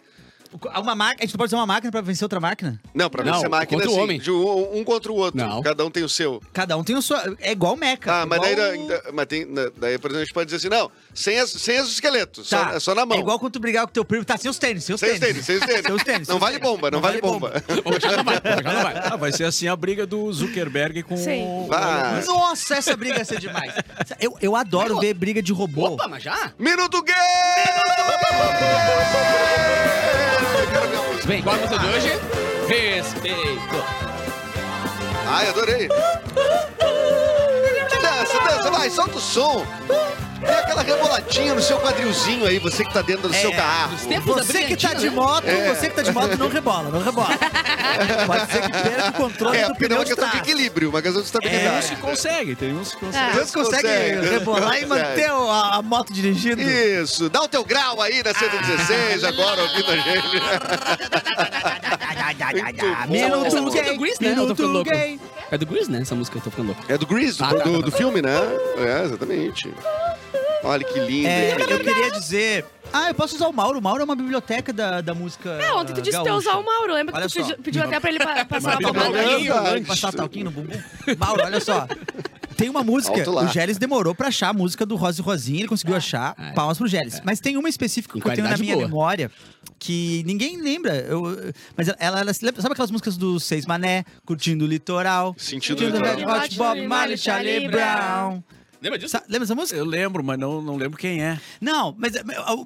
S2: uma máquina, a gente não pode usar uma máquina pra vencer outra máquina?
S5: Não, pra
S1: Não,
S5: vencer máquina
S1: contra o
S5: assim,
S1: homem.
S5: de um, um contra o outro.
S1: Não.
S5: Cada um tem o seu.
S2: Cada um tem o seu. É igual o Mecha.
S5: Ah, mas daí,
S2: igual
S5: da- mas tem, na- daí, por exemplo, a gente pode dizer assim, não, sem, as, sem os esqueletos,
S2: Tá.
S5: só, é só na mão.
S2: É igual quando tu brigar com teu primo. Tá, sem os tênis, sem os
S5: sem os
S2: tênis.
S5: tênis, sem os
S2: [laughs]
S5: tênis.
S2: Sem os tênis,
S5: Não
S2: sem os
S5: vale
S2: tênis.
S5: bomba, não,
S2: Não
S5: vale
S2: vale
S5: bomba.
S1: Hoje não vai, hoje não vai.
S4: Ah, vai ser assim a briga do Zuckerberg com
S3: Sim.
S4: o.
S5: Vai.
S2: Nossa, essa briga ia ser demais. Eu, eu adoro ver briga de robô.
S1: Opa, mas já?
S5: Minuto Gay! um-
S1: Bem, qual é a música de hoje? Respeito.
S5: Ai, adorei. Dança, dança, vai, solta o som. Dê aquela reboladinha no seu quadrilzinho aí, você que tá dentro do seu carro.
S1: Os tempos da
S2: É, Você que tá
S1: brilhantina,
S2: de
S1: né?
S2: moto,
S5: É.
S2: você que tá de moto, não rebola, não
S5: [laughs]
S2: rebola. Pode ser que perca o um controle
S5: É,
S2: do
S5: porque não
S2: pneu
S5: é uma
S2: de
S5: questão de
S2: trás.
S5: equilíbrio, uma questão de
S4: Tem uns
S5: estabilidade.
S4: que conseguem, tem uns que conseguem.
S3: Ah,
S2: Deus consegue
S5: Consegue. É
S2: rebolar e manter o- a, a moto dirigindo.
S5: Isso, dá o teu grau aí né, na 116
S2: Ah.
S5: agora, ouvindo a gente. Muito
S2: Minuto
S1: Essa música é
S2: gay,
S1: do Grease, né? Eu tô ficando
S2: minuto
S1: louco.
S2: gay.
S1: É do Grease, né? Essa música eu tô ficando louco.
S5: É do Grease, do,
S1: Ah, tá,
S5: do-
S1: tá,
S5: do filme, né? É, exatamente. Olha que lindo.
S2: É,
S5: hein?
S2: eu queria dizer. Ah, eu posso usar o Mauro. O Mauro é uma biblioteca da, da música.
S3: É, ontem tu disse que tu ia
S2: gaúcha.
S3: usar o Mauro. Lembra
S2: Ah, Olha
S3: que tu
S2: só.
S3: pedi- pediu até pra ele pa- passar
S4: Uma
S3: uma pomada?
S5: biblioteca.
S3: aí?
S1: né?
S5: Verdade.
S2: um Passar talquinho no bumbum. Mauro, olha só. Tem uma música,
S5: Alto lá.
S2: o Gélis demorou pra achar a música do Rose Rosinha, ele conseguiu achar,
S1: É.
S2: palmas pro Gélis. Mas tem uma específica
S1: Em
S2: que eu tenho na
S1: qualidade
S2: minha
S1: boa.
S2: memória, que ninguém lembra, eu- mas ela, ela- ela se lembra- sabe aquelas músicas do Seis Mané, Curtindo o Litoral,
S5: Sentido
S2: Curtindo
S5: do
S2: o
S5: Red
S2: Red Hot Bob Marley, Charlie Brown.
S1: Lembra disso?
S2: Sa- lembra essa música?
S4: Eu lembro, mas não, não lembro quem é.
S2: Não, mas,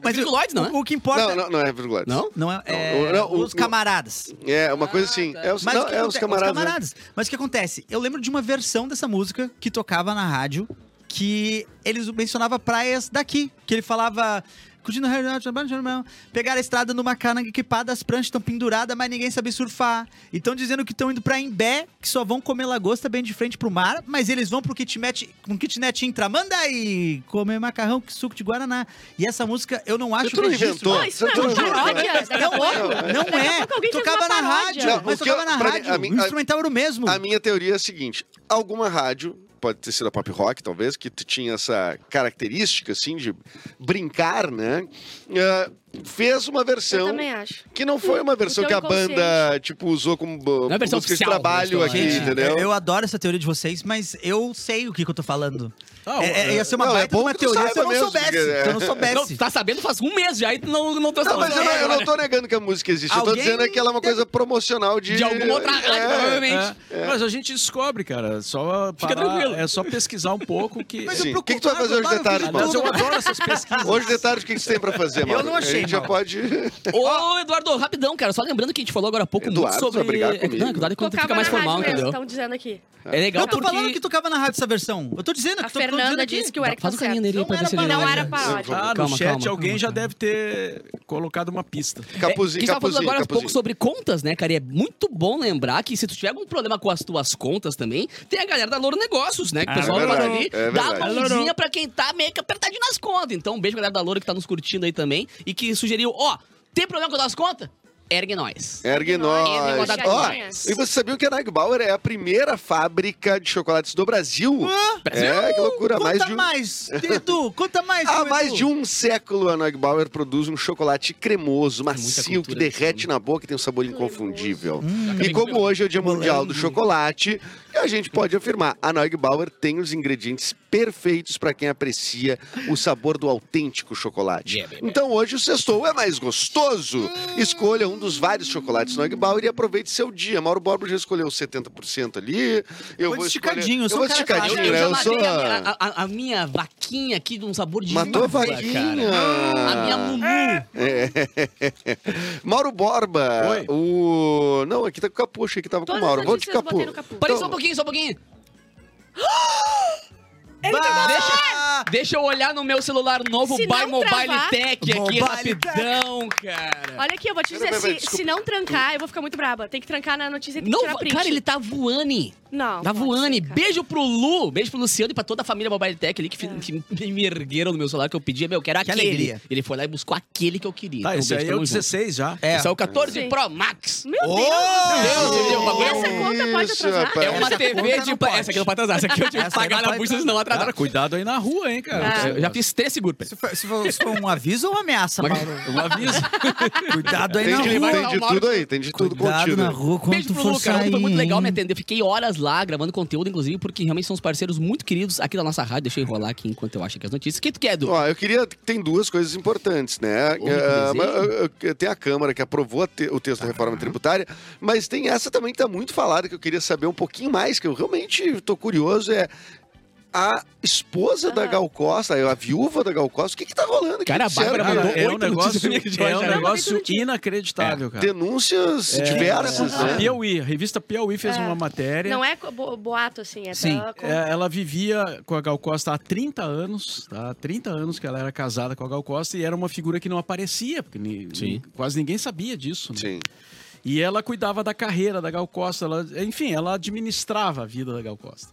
S2: mas
S1: Pink Floyd, não é?
S2: o, o que importa...
S5: Não, não, não é Virgulado.
S1: Não?
S2: Não é, é
S5: Não, o-
S2: os camaradas.
S5: É, uma coisa assim. É os,
S2: Mas
S5: não,
S2: o que
S5: é
S2: aconte-
S5: os camaradas. né?
S2: Mas o que acontece? Eu lembro de uma versão dessa música que tocava na rádio que eles mencionava praias daqui, que ele falava Curtindo o Rio Grande do Sul, pegar a estrada numa cana equipada, as pranchas estão penduradas, mas ninguém sabe surfar. E estão dizendo que estão indo pra Imbé, que só vão comer lagosta bem de frente pro mar, mas eles vão pro kitnet, um kitnet intra, manda aí comer macarrão com suco de guaraná. E essa música eu não acho
S5: tu não
S2: registro.
S5: inventou.
S3: Não, isso não é
S5: Não,
S3: uma paródia. Daqui a
S2: Não é,
S3: pouco-
S2: não
S3: daqui a
S2: é.
S3: pouco alguém fez
S2: Tocava
S3: uma
S2: na
S3: paródia.
S2: rádio,
S5: Não,
S2: mas
S5: o que eu-
S2: tocava na
S5: pra mim-
S2: rádio.
S5: a mim-
S2: o instrumental era o mesmo.
S1: Tipo,
S5: A minha teoria é a seguinte: alguma rádio, pode ter sido a pop rock, talvez, que t- tinha essa característica, assim, de brincar, né? Ah, fez
S1: Então,
S5: uma
S3: Eu
S5: versão
S3: também acho. é
S5: que não foi uma versão
S3: teu
S5: que a banda, tipo, usou como bo-
S1: Não é versão
S5: música de
S1: oficial,
S5: trabalho
S1: né?
S5: aqui,
S1: Gente,
S5: entendeu?
S2: eu- eu adoro essa teoria de vocês, mas eu sei o que, que eu tô falando.
S4: Ah,
S2: É- é-
S4: o-
S2: ia ser uma
S5: não, é
S2: baita de
S5: bom
S2: uma
S5: que tu
S2: teoria se eu
S5: saiba
S2: não
S5: mesmo,
S2: soubesse.
S5: porque, é.
S2: Se eu não
S1: Não,
S2: soubesse.
S1: tá sabendo faz um mês já e tu não, não trouxe
S5: Não,
S1: essa
S5: mas eu
S1: música
S5: não,
S1: até
S5: eu não
S1: agora.
S5: tô negando que a música existe. eu tô
S2: Alguém
S5: dizendo que ela é uma coisa promocional de.
S1: De alguma outra rádio,
S5: é,
S1: provavelmente.
S4: é. Mas a gente descobre, cara. Só
S1: Fica
S4: parar-
S1: tranquilo.
S4: É só pesquisar um pouco que. [laughs]
S5: Mas eu Sim. O que que tu vai fazer hoje de tarde,
S4: Aliás,
S5: Mauro?
S4: eu adoro essas pesquisas.
S5: Hoje de tarde, o que que você tem pra fazer,
S2: Eu
S5: Mauro?
S2: não achei,
S5: gente já pode.
S1: É, Ô, Eduardo, rapidão, cara. Só lembrando que a gente falou agora há pouco muito
S5: É. Eduardo,
S1: sobre.
S5: vai brigar
S1: É que-
S5: comigo.
S1: Não, Eduardo é quando
S3: Tocava
S1: fica mais
S3: na rádio
S1: formal,
S3: mesmo,
S1: entendeu?
S3: Estão dizendo aqui.
S1: É legal
S2: Eu tô
S1: porque...
S2: falando que tocava na rádio essa versão. Eu tô dizendo
S3: A
S2: que tô tô dizendo
S3: Fernanda
S2: aqui.
S3: disse que o Eric tá
S1: Faz um
S3: certo.
S1: caminho nele aí
S2: Não
S1: pra né? ver
S2: era
S1: se ele
S2: paródia.
S3: Não era paródia.
S4: Ah, no
S1: Calma,
S4: chat
S1: calma,
S4: alguém
S1: calma,
S4: já
S1: calma.
S4: deve ter colocado uma pista.
S1: a gente
S5: Capuzinho,
S1: tava falando
S5: capuzinho,
S1: agora há pouco
S5: capuzinho.
S1: sobre contas, né, cara? E é muito bom lembrar que se tu tiver algum problema com as tuas contas também, tem a galera da Louro Negócios, né? Que o
S2: Ah,
S1: pessoal
S5: é
S1: faz
S5: verdade,
S1: ali,
S5: é
S1: dá
S5: verdade.
S1: a mãozinha pra quem tá meio que apertadinho nas contas. Então, um beijo pra galera da Louro que tá nos curtindo aí também e que sugeriu, ó, tem problema com as contas? Ergue nós.
S5: Ergue
S3: Ergue
S5: nós.
S3: nós.
S5: Ó,
S3: Obrigadinhas.
S5: e você sabia que a Nag Bauer é a primeira fábrica de chocolates do Brasil? É, que loucura.
S2: Conta
S5: Mais de um...
S2: mais, Edu, conta mais.
S5: Há
S2: seu
S5: mais
S2: Edu.
S5: de um século, a Nag Bauer produz um chocolate cremoso, macio, que
S1: cultura, Hum,
S5: derrete na boca e tem um sabor inconfundível. E
S1: Acabei
S5: como
S1: com-
S5: hoje é o Dia Mundial do Chocolate, a gente pode afirmar, a Nag Bauer tem os ingredientes perfeitos para quem aprecia o sabor do autêntico chocolate.
S1: Yeah, baby.
S5: Então hoje o sextou é mais gostoso. Escolha um dos vários chocolates Nag Bauer e aproveite seu dia. Mauro Borba já escolheu 70% ali. Eu
S2: Foi
S5: vou
S2: esticadinho, eu
S5: escolher...
S2: sou
S5: Eu vou
S2: um cara fácil.
S1: Eu,
S5: esticadinho,
S1: eu
S5: né?
S1: já
S5: Eu sou...
S1: matei a, a- a minha vaquinha aqui de um sabor de
S5: Matou a
S1: uva,
S5: vaquinha.
S1: cara. A minha Mumu.
S3: É.
S5: [laughs] Mauro Borba,
S4: Oi.
S5: o. Não, aqui tá com o Capu, achei que tava
S3: Todas
S5: com o Mauro.
S3: as
S5: Vou de
S3: notícias eu
S5: Capu.
S3: botei no Capu.
S1: Parei
S5: Então,
S1: só um pouquinho, só um pouquinho.
S2: Bah,
S1: Deixa eu olhar no meu celular novo
S3: Se
S1: Buy
S3: não
S1: Mobile
S3: travar-
S1: Tech aqui,
S2: Mobile
S1: rapidão, cara.
S3: Olha aqui, eu vou te dizer,
S5: Pera, pera, pera,
S3: se,
S5: desculpa.
S3: se não trancar, eu vou ficar muito braba. Tem que trancar na notícia e tem
S1: Não,
S3: que tirar print.
S1: cara, ele tá voando.
S3: Não.
S1: Tá
S3: pode
S1: voando.
S3: ser, cara.
S1: Beijo pro Lu, beijo pro Luciano e pra toda a família Mobile Tech ali que, fi-
S3: É.
S1: que me ergueram no meu celular que eu pedi. Meu, eu quero aquele.
S2: alegria.
S1: Ele foi lá e buscou aquele que eu queria.
S4: Tá,
S1: Então,
S4: esse
S1: beijo,
S4: aí é o
S1: tamo junto.
S4: 16 já.
S2: É.
S1: Esse é o 14
S3: Sim.
S1: Pro Max.
S3: Meu Deus!
S1: é Deus,
S5: Deus,
S1: ele é um bagulho-
S3: Essa conta pode
S5: Isso,
S3: atrasar?
S5: rapaz.
S1: É uma
S2: Essa
S1: TV
S2: conta
S1: de.
S2: não
S1: pa-
S2: pode.
S1: Essa aqui não pode atrasar. Essa aqui eu tive que
S2: Essa aí
S1: pagar
S2: não
S1: na
S2: pode
S1: bucha,
S2: atrasar.
S1: senão atrasar.
S4: Cara, cuidado aí na rua, hein, cara.
S3: Ah.
S1: Eu já fiz três seguros.
S2: Se foi, se foi- se foi um aviso ou uma ameaça,
S1: Mas-
S2: Mauro?
S4: Um aviso.
S1: [laughs]
S2: Cuidado aí
S5: Tem
S2: na
S5: de,
S2: rua.
S5: tem de tudo aí, tem de tudo
S2: Cuidado na
S5: contido.
S2: rua quando
S1: Beijo
S2: tu
S1: pro
S2: for
S1: Lu, cara.
S2: sair,
S1: Foi muito legal me
S2: hein?
S1: atender. Eu fiquei horas lá gravando conteúdo, inclusive, porque realmente são uns parceiros muito queridos aqui da nossa rádio. Deixa eu enrolar aqui enquanto eu acho aqui as notícias. O que tu quer, Edu?
S5: Ó, eu queria. Tem duas coisas importantes, né?
S1: Homem
S5: Ah,
S1: que
S5: mas,
S1: desenha.
S5: eu- eu- tem a Câmara que aprovou a te- o texto da
S2: Tá.
S5: reforma tributária, mas tem essa também que tá muito falada, que eu queria saber um pouquinho mais, que eu realmente tô curioso, é. A esposa da
S3: Aham.
S5: Gal Costa, a viúva da Gal Costa, o que que tá rolando? aqui?
S1: Cara, a
S5: Disseram,
S1: Bárbara
S5: cara,
S1: mandou
S4: é um
S1: oito notícias
S4: negócio,
S1: minhas de hoje,
S4: é um
S1: né?
S4: negócio inacreditável,
S1: É.
S4: cara.
S5: é? Denúncias
S2: É.
S5: diversas,
S4: A
S5: né?
S4: Piauí, a revista Piauí fez
S3: É.
S4: uma matéria.
S3: Não é co- bo- boato, assim. É
S2: Sim.
S3: pela con-
S4: É, ela vivia com a Gal Costa há 30 anos, tá? Há 30 anos que ela era casada com a Gal Costa e era uma figura que não aparecia, porque ni-
S1: Sim.
S4: quase ninguém sabia disso, né?
S5: Sim.
S4: E ela cuidava da carreira da Gal Costa, ela- enfim, ela administrava a vida da Gal Costa.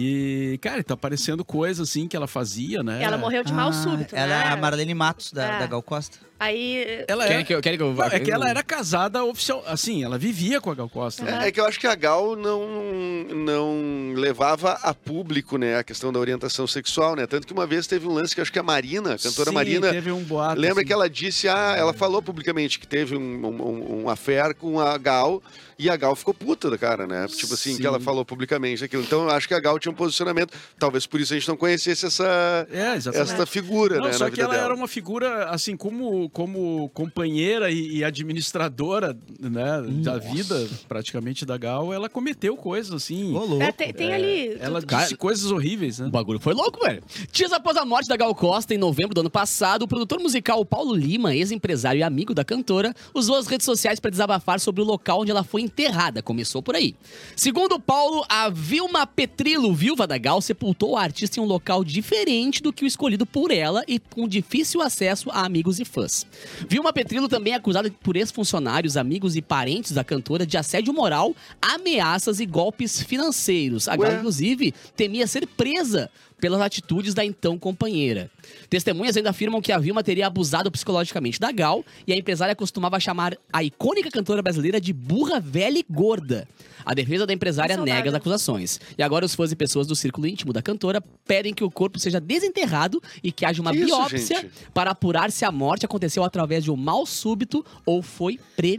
S4: E, cara, tá aparecendo coisa assim que ela fazia, né?
S3: Ela morreu tá de mal
S2: Ah,
S3: súbito,
S2: Ela é
S3: né?
S2: a Marlene Matos, da,
S3: É.
S2: da Gal Costa.
S3: Aí...
S4: Ela
S1: Querem
S4: era-
S1: que eu, querem que eu
S4: Não,
S1: vá?
S4: é que ela era casada oficial, assim, ela vivia com a Gal Costa. né?
S5: É, é que eu acho que a Gal não, não levava a público, né, a questão da orientação sexual, né? Tanto que uma vez teve um lance que eu acho que a Marina, a cantora
S4: Sim,
S5: Marina,
S4: teve um boato.
S5: lembra
S4: assim.
S5: que ela disse, ah, ela falou publicamente que teve um, um, um affair com a Gal e a Gal ficou puta da cara, né? Tipo assim,
S4: Sim.
S5: que ela falou publicamente aquilo. Então eu acho que a Gal tinha um posicionamento, talvez por isso a gente não conhecesse essa,
S4: É, exatamente.
S5: essa figura,
S4: Não,
S5: né,
S4: só
S5: na
S4: que
S5: vida
S4: ela
S5: dela.
S4: era uma figura, assim, como, como companheira e, e administradora né,
S5: Hum.
S4: da vida, praticamente, da Gal, ela cometeu coisas, assim.
S2: Ô, louco.
S3: É, tem, tem ali... tu-
S4: Ela
S3: tu-
S4: disse coisas horríveis, né?
S1: O bagulho foi louco, velho. Dias após a morte da Gal Costa, em novembro do ano passado, o produtor musical Paulo Lima, ex-empresário e amigo da cantora, usou as redes sociais para desabafar sobre o local onde ela foi enterrada. Começou por aí. Segundo Paulo, a Vilma Petrilo, viúva da Gal, sepultou a artista em um local diferente do que o escolhido por ela e com difícil acesso a amigos e fãs. Vilma Petrilo também é acusada por ex-funcionários, amigos e parentes da cantora de assédio moral, ameaças e golpes financeiros. A Gal,
S5: Ué?
S1: inclusive, temia ser presa pelas atitudes da então companheira. Testemunhas ainda afirmam que a Vilma teria abusado psicologicamente da Gal e a empresária costumava chamar a icônica cantora brasileira de burra velha e gorda. A defesa da empresária
S3: Que saudade.
S1: nega as acusações. E agora os fãs e pessoas do círculo íntimo da cantora pedem que o corpo seja desenterrado e que haja uma
S5: Que isso,
S1: biópsia
S5: gente?
S1: para apurar se a morte aconteceu através de um mal súbito ou foi
S3: Bem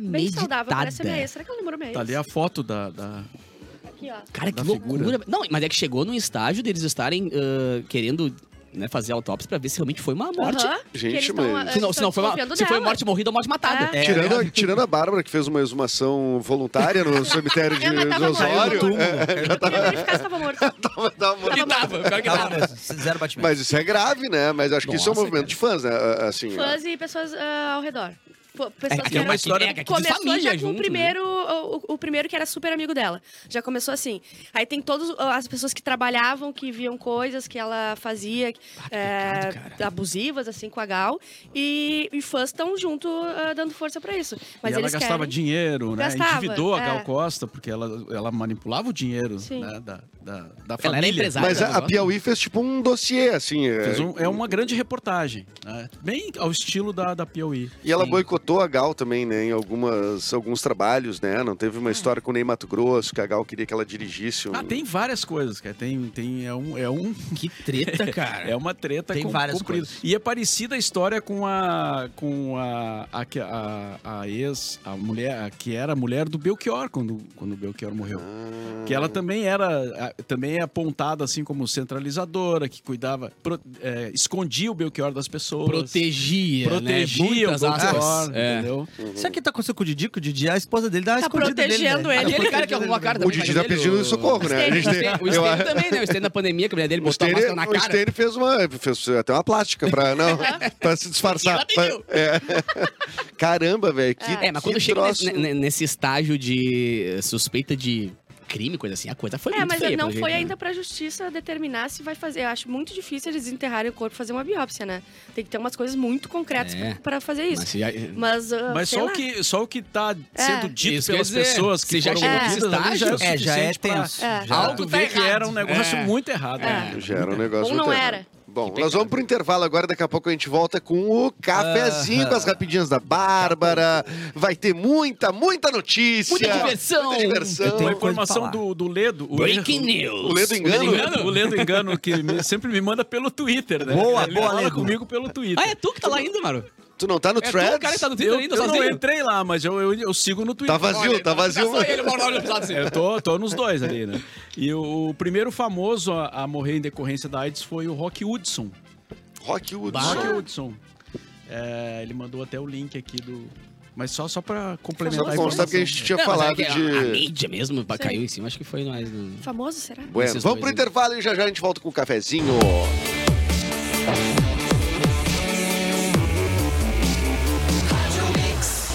S1: premeditada.
S3: saudável, parece a minha ex. Será que ela namorou minha ex?
S4: Tá ali a foto da... da-
S3: Aqui, ó.
S1: Cara, que
S4: Da
S1: loucura.
S4: figura.
S1: Não, mas é que chegou num estágio deles estarem ah, querendo né, fazer autópsia pra ver se realmente foi uma morte.
S3: Aham, que
S5: Gente,
S3: eles tão,
S5: mas-
S3: ah,
S1: Se não, se não foi, uma-
S3: desconfiando
S1: se foi
S3: dela.
S1: morte morrida ou morte matada.
S3: É.
S5: Tirando, a, tirando a Bárbara, que fez uma exumação
S4: [laughs]
S5: voluntária no cemitério de,
S3: Ela
S5: de
S3: tava
S5: Osório.
S3: morta.
S5: É,
S3: Eu queria verificar se tava morto.
S5: tava- tava morta.
S1: Que tava, pior que
S2: Calma
S1: tava.
S2: mesmo, Tá [laughs] zero batimento.
S5: Mas isso é grave, né? Mas acho que isso é um
S1: Nossa,
S5: movimento de fãs, né? Ah, Assim,
S3: Fãs e pessoas ah, ao redor. Pô, Pessoas
S1: É,
S3: que
S1: é uma
S3: eram- assim, né,
S1: história- é que de
S3: começou
S1: família
S3: já com
S1: junto,
S3: o
S1: né?
S3: primeiro, o, o- o primeiro que era super amigo dela. Já começou assim. Aí tem todas as pessoas que trabalhavam, que viam coisas que ela fazia é,
S1: pecado, Ah, cara.
S3: abusivas, assim, com a Gal. E, e fãs estão junto ah, dando força pra isso. Mas
S4: e ela
S3: eles
S4: gastava
S3: querem...
S4: dinheiro, né?
S3: Gastava,
S4: Endividou a Gal
S3: é.
S4: Costa, porque ela, ela manipulava o dinheiro
S3: Sim.
S4: né, da, da, da família.
S1: Ela era empresária.
S5: né? Mas a, a
S1: Agora-
S5: Piauí fez tipo um dossiê, assim. é,
S4: Fez um- é uma grande reportagem, né? bem ao estilo da, da Piauí.
S5: E ela
S4: Sim.
S5: boicotou a Gal também, né? Em algumas, alguns trabalhos, né? Não teve uma história com o Ney Mato Grosso, que a Gal queria que ela dirigisse. Um...
S4: Ah, tem várias coisas, cara. Tem, tem, é, um, é, um,
S2: Que
S1: [laughs]
S2: treta, cara.
S4: é uma treta
S2: Tem
S4: com,
S2: várias
S4: comprida.
S2: coisas.
S4: E é parecida a história com a. com a. a, que- a, a ex, a mulher, a que era a mulher do Belchior quando, quando o Belchior morreu.
S5: Ah.
S4: Que ela também era a- também é apontada assim como centralizadora, que cuidava, pro- é, escondia o Belchior das pessoas.
S1: Protegia,
S4: protegia
S1: né?
S4: o
S1: Muitas aspas.
S4: Belchior,
S1: É.
S4: entendeu?
S2: Sabe o que tá acontecendo com o Didi? Que o Didi, a esposa dele, dá uma
S3: Tá
S2: escondida dele,
S3: protegendo
S2: né?
S3: ele.
S1: Aquele cara que arrumou a cara
S5: O
S1: também.
S5: Didi
S1: mas
S5: tá
S1: dele,
S5: pedindo
S1: o-
S5: socorro, né? A gente
S1: O
S5: tem-
S1: Stênio- O
S5: eu-
S1: Stênio também, né? O Stênio na pandemia, que a mulher dele
S5: O
S1: botou a máscara
S5: Stênio,
S1: na
S5: o
S1: cara.
S5: Stênio fez uma. Fez até uma
S1: [laughs]
S5: plástica pra, não, pra se disfarçar.
S1: Ela pediu.
S5: Pra- é. [laughs] Caramba, velho. Que,
S1: É, mas quando
S5: que
S1: chega
S5: troço.
S1: nesse, ne- nesse estágio de eh, suspeita de crime, coisa assim, a coisa foi
S3: É,
S1: muito
S3: mas
S1: feia,
S3: não
S1: pelo jeito,
S3: foi
S1: né?
S3: ainda pra justiça determinar se vai fazer. Eu acho muito difícil eles enterrarem o corpo e fazer uma biópsia, né? Tem que ter umas coisas muito concretas
S1: É.
S3: pra, pra fazer isso.
S1: Mas se já- eh,
S3: Mas, ah,
S4: Mas
S3: sei
S4: só o,
S3: lá.
S4: que, só o que tá
S3: É.
S4: sendo dito
S1: Isso que eu ia
S4: pelas
S1: dizer.
S4: pessoas que
S1: Se já
S4: foram
S1: chegou
S4: ouvidos
S1: nesse
S4: ali, já
S1: estágio,
S4: é,
S2: É, já é
S4: suficiente pra-
S2: tenso.
S3: É.
S4: Já
S1: Algo
S4: tu
S1: tá
S4: vê que
S1: errado.
S4: era um negócio
S1: É.
S4: muito errado. né?
S5: Gera um negócio
S3: Ou não
S5: muito errado.
S3: era.
S5: Bom,
S1: Que
S5: nós vamos pro intervalo agora, daqui a pouco a gente volta com o cafezinho
S1: Ah.
S5: com as rapidinhas da Bárbara. Vai ter muita, muita notícia.
S1: Muita diversão.
S5: Muita
S2: Eu
S5: diversão.
S4: Uma
S2: tenho-
S4: informação
S2: coisa pra
S4: do, do Ledo. o
S1: Breaking
S4: erro-
S1: news.
S5: O né? Ledo engano?
S4: O Ledo Engano, que me- sempre me manda pelo Twitter, né?
S2: Boa,
S4: Ele
S2: boa,
S4: fala
S2: Ledo.
S4: comigo pelo Twitter.
S1: Ah, é tu que tá lá ainda, Maru?
S5: Tu não tá no
S1: É tu
S5: thread?
S1: o cara que tá no Twitter
S4: Eu,
S1: ainda,
S4: eu não
S1: sozinho?
S4: entrei lá, mas eu, eu, eu sigo no Twitter.
S5: Tá vazio, tá vazio.
S1: Só ele, o Mauro, olha pro lado assim.
S4: Eu tô, tô nos dois ali, né? E o, o primeiro famoso a, a morrer em decorrência da AIDS foi o Rock Hudson.
S5: Rock
S1: Bah.
S5: Woodson.
S4: Rock Hudson. É, ele mandou até o link aqui do... Mas só, só pra
S5: Só
S4: complementar
S5: pra
S4: a
S5: constar
S4: informação.
S5: que a gente tinha
S1: Não, mas
S5: falado
S1: é que a- A
S5: de...
S1: mídia mesmo pá, caiu em cima, acho que foi né? mais... no-
S3: Famoso, será?
S5: Bueno,
S1: Esses
S5: vamos
S1: dois
S5: pro
S1: aí.
S5: intervalo e já já a gente volta com o cafezinho.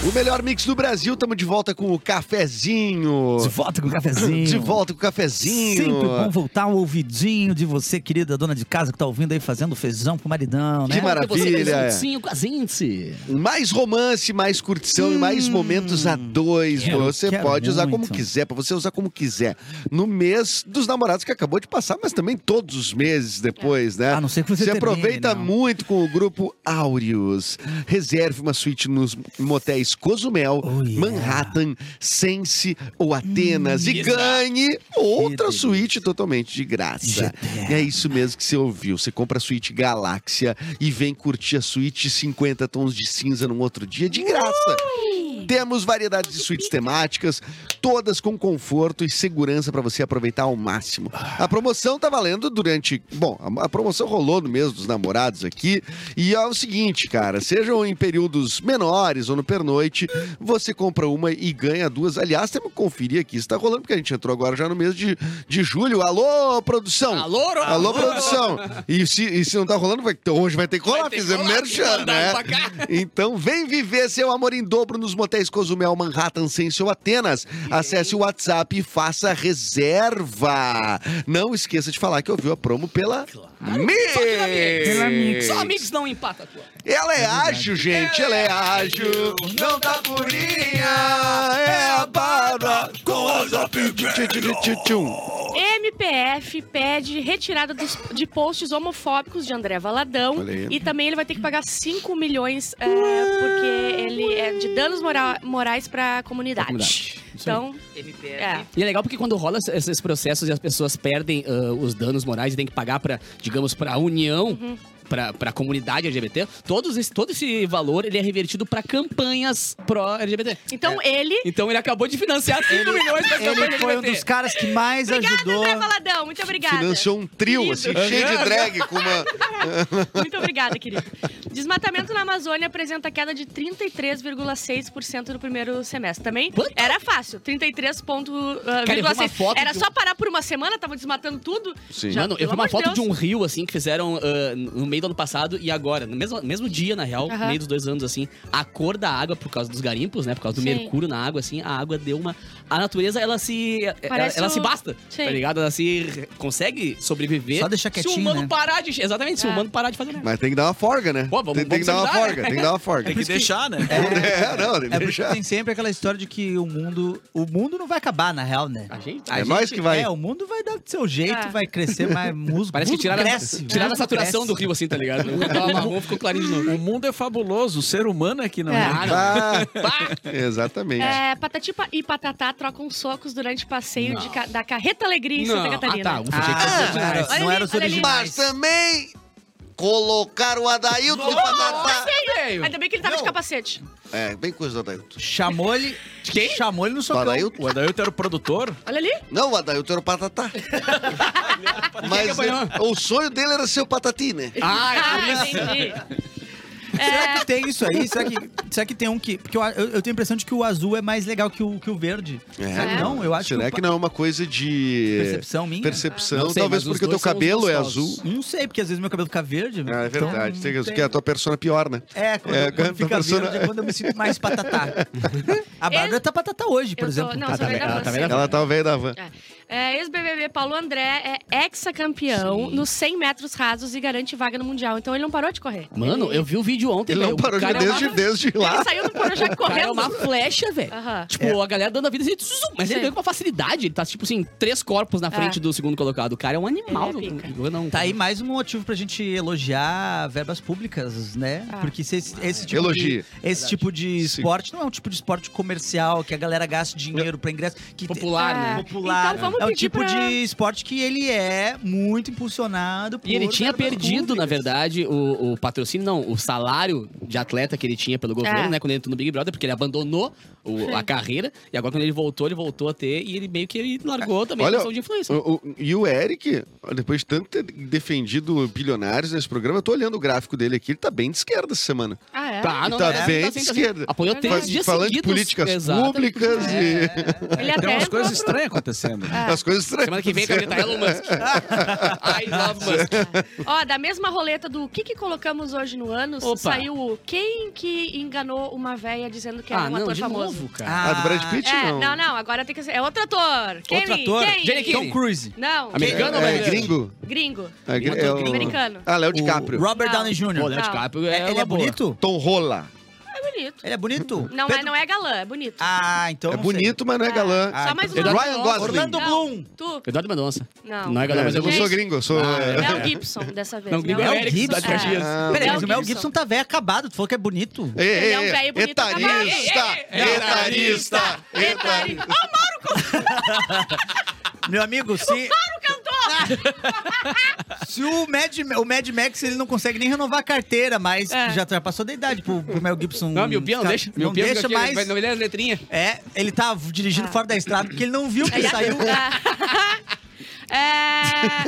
S5: O melhor mix do Brasil, estamos de volta com o cafezinho.
S2: De volta com o cafezinho.
S5: De volta com o cafezinho.
S2: Sempre bom voltar um ouvidinho de você, querida dona de casa, que tá ouvindo aí fazendo feijão pro maridão, né?
S5: Que maravilha.
S1: Sim, com a gente.
S5: Mais romance, mais curtição e mais momentos a dois.
S2: Hum. Quero,
S5: você
S2: quero
S5: pode usar como
S2: muito.
S5: quiser, pra você usar como quiser. No mês dos namorados que acabou de passar, mas também todos os meses depois, né?
S2: A não ser que É. você
S5: Você
S2: termine,
S5: aproveita
S2: não.
S5: muito com o grupo Áureos. Reserve uma suíte nos motéis Cozumel,
S2: Oh, yeah. Hum,
S5: Manhattan, Sense ou Atenas e
S1: Isso.
S5: ganhe outra
S2: delícia.
S5: suíte totalmente de graça.
S2: GTR.
S5: É isso mesmo que você ouviu. Você compra a suíte Galáxia e vem curtir a suíte 50 tons de cinza num outro dia de graça. Temos variedades de suítes temáticas, todas com conforto e segurança para você aproveitar ao máximo. A promoção tá valendo durante. Bom, a, a promoção rolou no mês dos namorados aqui. E é o seguinte, cara, sejam em períodos menores ou no pernoite, você compra uma e ganha duas. Aliás, temos que conferir aqui se tá rolando, porque a gente entrou agora já no mês de, de julho. Alô, produção!
S1: Alô, Ro-
S5: Alô, produção! E se, e se não tá rolando, vai- então hoje vai ter que rolar,
S1: Vai ter que
S5: fizer
S1: rolar,
S5: merchan,
S1: mandaram
S5: né?
S1: pra cá.
S5: [laughs] Então vem viver seu amor em dobro nos motéis Cozumel, Manhattan, sem seu Atenas. Acesse o WhatsApp e faça reserva. Não esqueça de falar que ouviu a promo pela Mix.
S1: Pela Só Mix não empata, pô.
S5: Ela é ágil, gente, ela é ágil. Não tá purinha, é a barba com as apetite.
S3: MPF pede retirada dos- de posts homofóbicos de André Valadão.
S5: Olha aí.
S3: E também ele vai ter que pagar 5 milhões é, porque ele é de danos mora- morais pra comunidade.
S1: Comunidade.
S3: Então, é.
S1: E é legal porque quando rola es- esses processos e as pessoas perdem ah, os danos morais e tem que pagar para, digamos, para a união, pra, pra comunidade LGBT, todos esse, todo esse valor ele é revertido pra campanhas pró-LGBT.
S3: Então ele.
S1: Então ele acabou de financiar 5 milhões pra campanha
S6: Ele foi um
S1: LGBT.
S6: dos caras que mais
S3: Obrigada,
S6: ajudou.
S3: André Valadão. Muito obrigada.
S5: Financiou um trio, assim,
S3: Querido.
S5: cheio de drag, com uma...
S3: Muito obrigada, querido. Desmatamento na Amazônia apresenta queda de 33,6% no primeiro semestre. Também
S1: Quanto?
S3: era fácil, 33,6%.
S1: Cara, eu vi uma foto
S3: era
S1: de um-
S3: só parar por uma semana, tava desmatando tudo.
S5: Sim.
S3: Já,
S1: Mano, eu
S3: pelo
S1: vi uma
S3: amor
S1: foto
S3: Deus.
S1: de um rio, assim, que fizeram ah, no meio do ano passado e agora. No mesmo, mesmo dia, na real, no
S3: Aham.
S1: meio dos dois anos, assim, a cor da água, por causa dos garimpos, né? Por causa do
S3: Sim.
S1: mercúrio na água, assim, a água deu uma. A natureza, ela se. Ela,
S3: Parece
S1: ela
S3: o-
S1: se basta,
S3: Sim.
S1: tá ligado? Ela se re- consegue sobreviver.
S2: Só deixar
S1: Se o
S2: quietinho,
S1: humano
S2: né?
S1: parar de. Exatamente, se o
S3: É.
S1: humano parar de fazer merda.
S5: Mas tem que dar uma forga, né?
S1: Pô, vamos-
S5: tem, tem que
S1: vamos né? É
S5: dar
S1: ajudar,
S5: uma forga, tem que dar uma forga.
S4: Tem que [laughs] deixar, né?
S5: É, não, tem que
S2: É por isso que
S5: deixar.
S2: tem sempre aquela história de que o mundo. O mundo não vai acabar, na real, né?
S1: A gente. tá- a
S5: É
S1: gente-
S5: nós que vai.
S2: É, o mundo vai dar do seu jeito,
S3: Ah.
S2: vai crescer
S1: [laughs]
S2: mais música.
S1: É. Parece que tiraram,
S2: cresce,
S1: tiraram a
S2: músico
S1: saturação
S2: cresce.
S1: do rio, assim, tá ligado?
S2: [laughs]
S1: Tava marrom, ficou clarinho de novo.
S4: O mundo é fabuloso, o ser humano é que não é.
S1: Ah, não.
S5: Ah,
S1: [laughs] Pá!
S5: exatamente.
S3: É, Patati pa- e Patatá trocam socos durante passeio de ca- da Carreta Alegria em Santa
S1: Não. Ah,
S3: Catarina.
S1: tá. Ufa, achei que fosse
S2: Ah, não
S1: originais.
S2: era-
S3: Olha
S2: não
S3: ali,
S2: era os
S3: olha ali.
S2: originais.
S5: Mas também colocaram o Adailton de batata.
S1: Velho.
S3: Ainda bem que ele tava de capacete.
S5: É, bem coisa do Adailton.
S2: Chamou-lhe.
S1: Quem?
S2: Chamou-lhe no
S5: O
S2: socão.
S5: Adailton.
S4: O Adailton era o produtor?
S3: Olha ali.
S5: Não, o Adailton era
S1: [laughs]
S5: o Patatá. Mas
S1: apanhou?
S5: é, o sonho dele era ser o Patati, né?
S1: Ah, é
S3: Ah,
S1: por isso.
S3: entendi.
S1: É.
S2: Será que tem isso aí? Será que, será que tem um que. Porque eu, eu- eu tenho a impressão de que o azul é mais legal que o, que o verde. Será que
S3: É.
S2: não? Eu acho
S5: Será
S2: o-
S5: que não é uma coisa de
S2: Percepção minha?
S5: percepção?
S1: Não sei,
S5: Talvez
S1: mas os
S5: porque o teu
S1: dois são os
S5: cabelo é
S1: gostosos.
S5: azul.
S2: Não sei, porque às vezes meu cabelo fica verde.
S5: Ah, é
S2: então
S5: verdade.
S2: não
S5: Tem que-
S2: tem-
S5: que a tua persona é pior, né?
S2: É, quando,
S5: É,
S2: quando
S5: quando
S2: fica
S5: a persona-
S2: verde é quando eu me sinto mais
S5: [laughs]
S2: patatá. a Bárbara tá patatá hoje, por
S3: Eu tô-
S2: exemplo.
S3: não,
S2: Ah,
S3: sou
S2: tá
S3: velha
S2: bem.
S3: da
S1: ela tá
S3: van,
S1: velha
S3: sim.
S5: Ela tá velha da van.
S3: É, Ex-BBB Paulo André é ex-campeão nos 100 metros rasos e garante vaga no Mundial. Então ele não parou de correr.
S1: Mano, eu vi o vídeo ontem,
S5: Ele não
S1: velho. O
S5: parou de
S1: cara é uma-
S5: desde, desde lá.
S3: Ele saiu do Corujá
S1: O cara é
S3: correndo.
S1: uma flecha, velho.
S3: Aham.
S1: Tipo,
S5: É.
S1: a galera dando a vida assim, zum, mas ele
S3: Sim.
S1: veio com uma facilidade. Ele tá, tipo assim, três corpos na frente
S3: É.
S1: do segundo colocado. O cara é um animal.
S3: Ele é pica.
S1: Eu não-
S2: Tá aí mais um motivo pra gente elogiar verbas públicas, né?
S3: Ah.
S2: Porque se esse, esse tipo
S5: Elogie.
S2: de, esse tipo de
S5: Sim.
S2: esporte não é um tipo de esporte comercial que a galera gasta dinheiro pra ingresso, que te-
S1: Popular,
S3: É.
S1: né?
S2: popular.
S3: Então vamos
S2: é um
S3: pedir
S2: tipo
S3: pra-
S2: de esporte que ele é muito impulsionado por
S1: E ele tinha
S2: verbas
S1: perdido, na
S2: públicas.
S1: verdade, o, o patrocínio, não, o salário de atleta que ele tinha pelo governo,
S3: É.
S1: né? Quando ele entrou no Big Brother, porque ele abandonou o- a carreira. E agora, quando ele voltou, ele voltou a ter e ele meio que ele largou também a
S5: Olha,
S1: questão de influência.
S5: O- o- e o Eric, depois de tanto ter defendido bilionários nesse programa, eu tô olhando o gráfico dele aqui, ele tá bem de esquerda essa semana.
S3: Ah, é?
S1: Tá,
S5: tá
S1: é,
S5: bem de
S1: sendo
S5: esquerda.
S1: Apoiou três
S5: Faz-
S1: dias
S5: Falando de
S1: seguidos. É.
S5: políticas
S1: Exato.
S5: públicas e
S2: É.
S3: Ele
S4: Tem
S3: até
S4: umas
S3: entrou
S4: Então coisas
S3: pro-
S4: estranhas acontecendo. né?
S3: É.
S5: as coisas estranhas.
S1: Semana que vem, tá camiseta Elon
S5: [laughs]
S1: Musk. I love Musk.
S3: Ó, da mesma roleta do que que colocamos hoje no ano,
S1: Opa.
S3: saiu o quem que enganou uma véia dizendo que era
S1: Ah,
S3: um
S1: não,
S3: ator
S1: de
S3: famoso.
S1: novo, cara.
S5: [laughs] Ah, do Brad Pitt,
S3: É,
S5: não.
S3: não, não, agora tem que ser. É outro ator. Quem?
S2: Outro ator?
S3: Quem?
S1: Jenny Kim.
S2: Tom Cruise.
S3: Não.
S1: Americano né? ou
S5: é,
S1: brasileiro?
S5: gringo?
S3: Gringo.
S5: É, gri- é o-
S3: Americano.
S5: Ah, Léo
S2: O
S5: DiCaprio.
S2: Robert
S3: Não.
S2: Downey Jr.
S1: Pô, Léo
S3: Não.
S1: DiCaprio é
S2: ele
S1: uma
S2: é
S1: boa.
S2: bonito?
S5: Tom Rola.
S3: É bonito.
S2: Ele é bonito?
S3: Não, é,
S2: Pedro-
S3: não é galã, é bonito.
S2: Ah, então
S5: É
S2: não sei.
S5: bonito, mas não é galã.
S2: Ah,
S3: Só mais um.
S1: então-
S3: nome.
S5: Ryan Gosling.
S2: Orlando
S3: Não,
S2: Bloom.
S3: Tu?
S1: Eduardo Mendonça.
S3: Não.
S1: Não é galã,
S5: É,
S1: mas é
S5: eu não
S1: bonito.
S5: sou gringo, eu sou...
S1: Ah, é.
S5: é.
S3: Mel Gibson dessa vez.
S1: Não, Gringo
S2: Mel
S1: é o Eric
S2: Gibson,
S1: Gibson,
S3: é.
S1: Caxias.
S5: Ah,
S2: Peraí,
S3: Mel
S2: mas o Mel
S3: Gibson.
S2: Gibson tá velho acabado. Tu falou que é bonito.
S5: Ei, ei,
S3: Ele é um
S5: ei,
S3: velho bonito
S5: etarista,
S3: pra caralho.
S5: etarista,
S3: Etarista.
S5: etarista.
S2: Meu amigo, se. Se o Mad, o Mad Max ele não consegue nem renovar a carteira, mas
S3: É.
S2: já ultrapassou da idade pro, pro Mel Gibson.
S1: Não, miopia Tá, não
S2: ficar-
S1: deixa.
S2: Não
S1: Miopia
S2: deixa
S1: porque
S2: mais.
S1: vai- Não lê as letrinhas.
S2: É, ele tá dirigindo
S3: Ah.
S2: fora da estrada porque ele não viu que
S3: Ele
S2: saiu.
S3: É...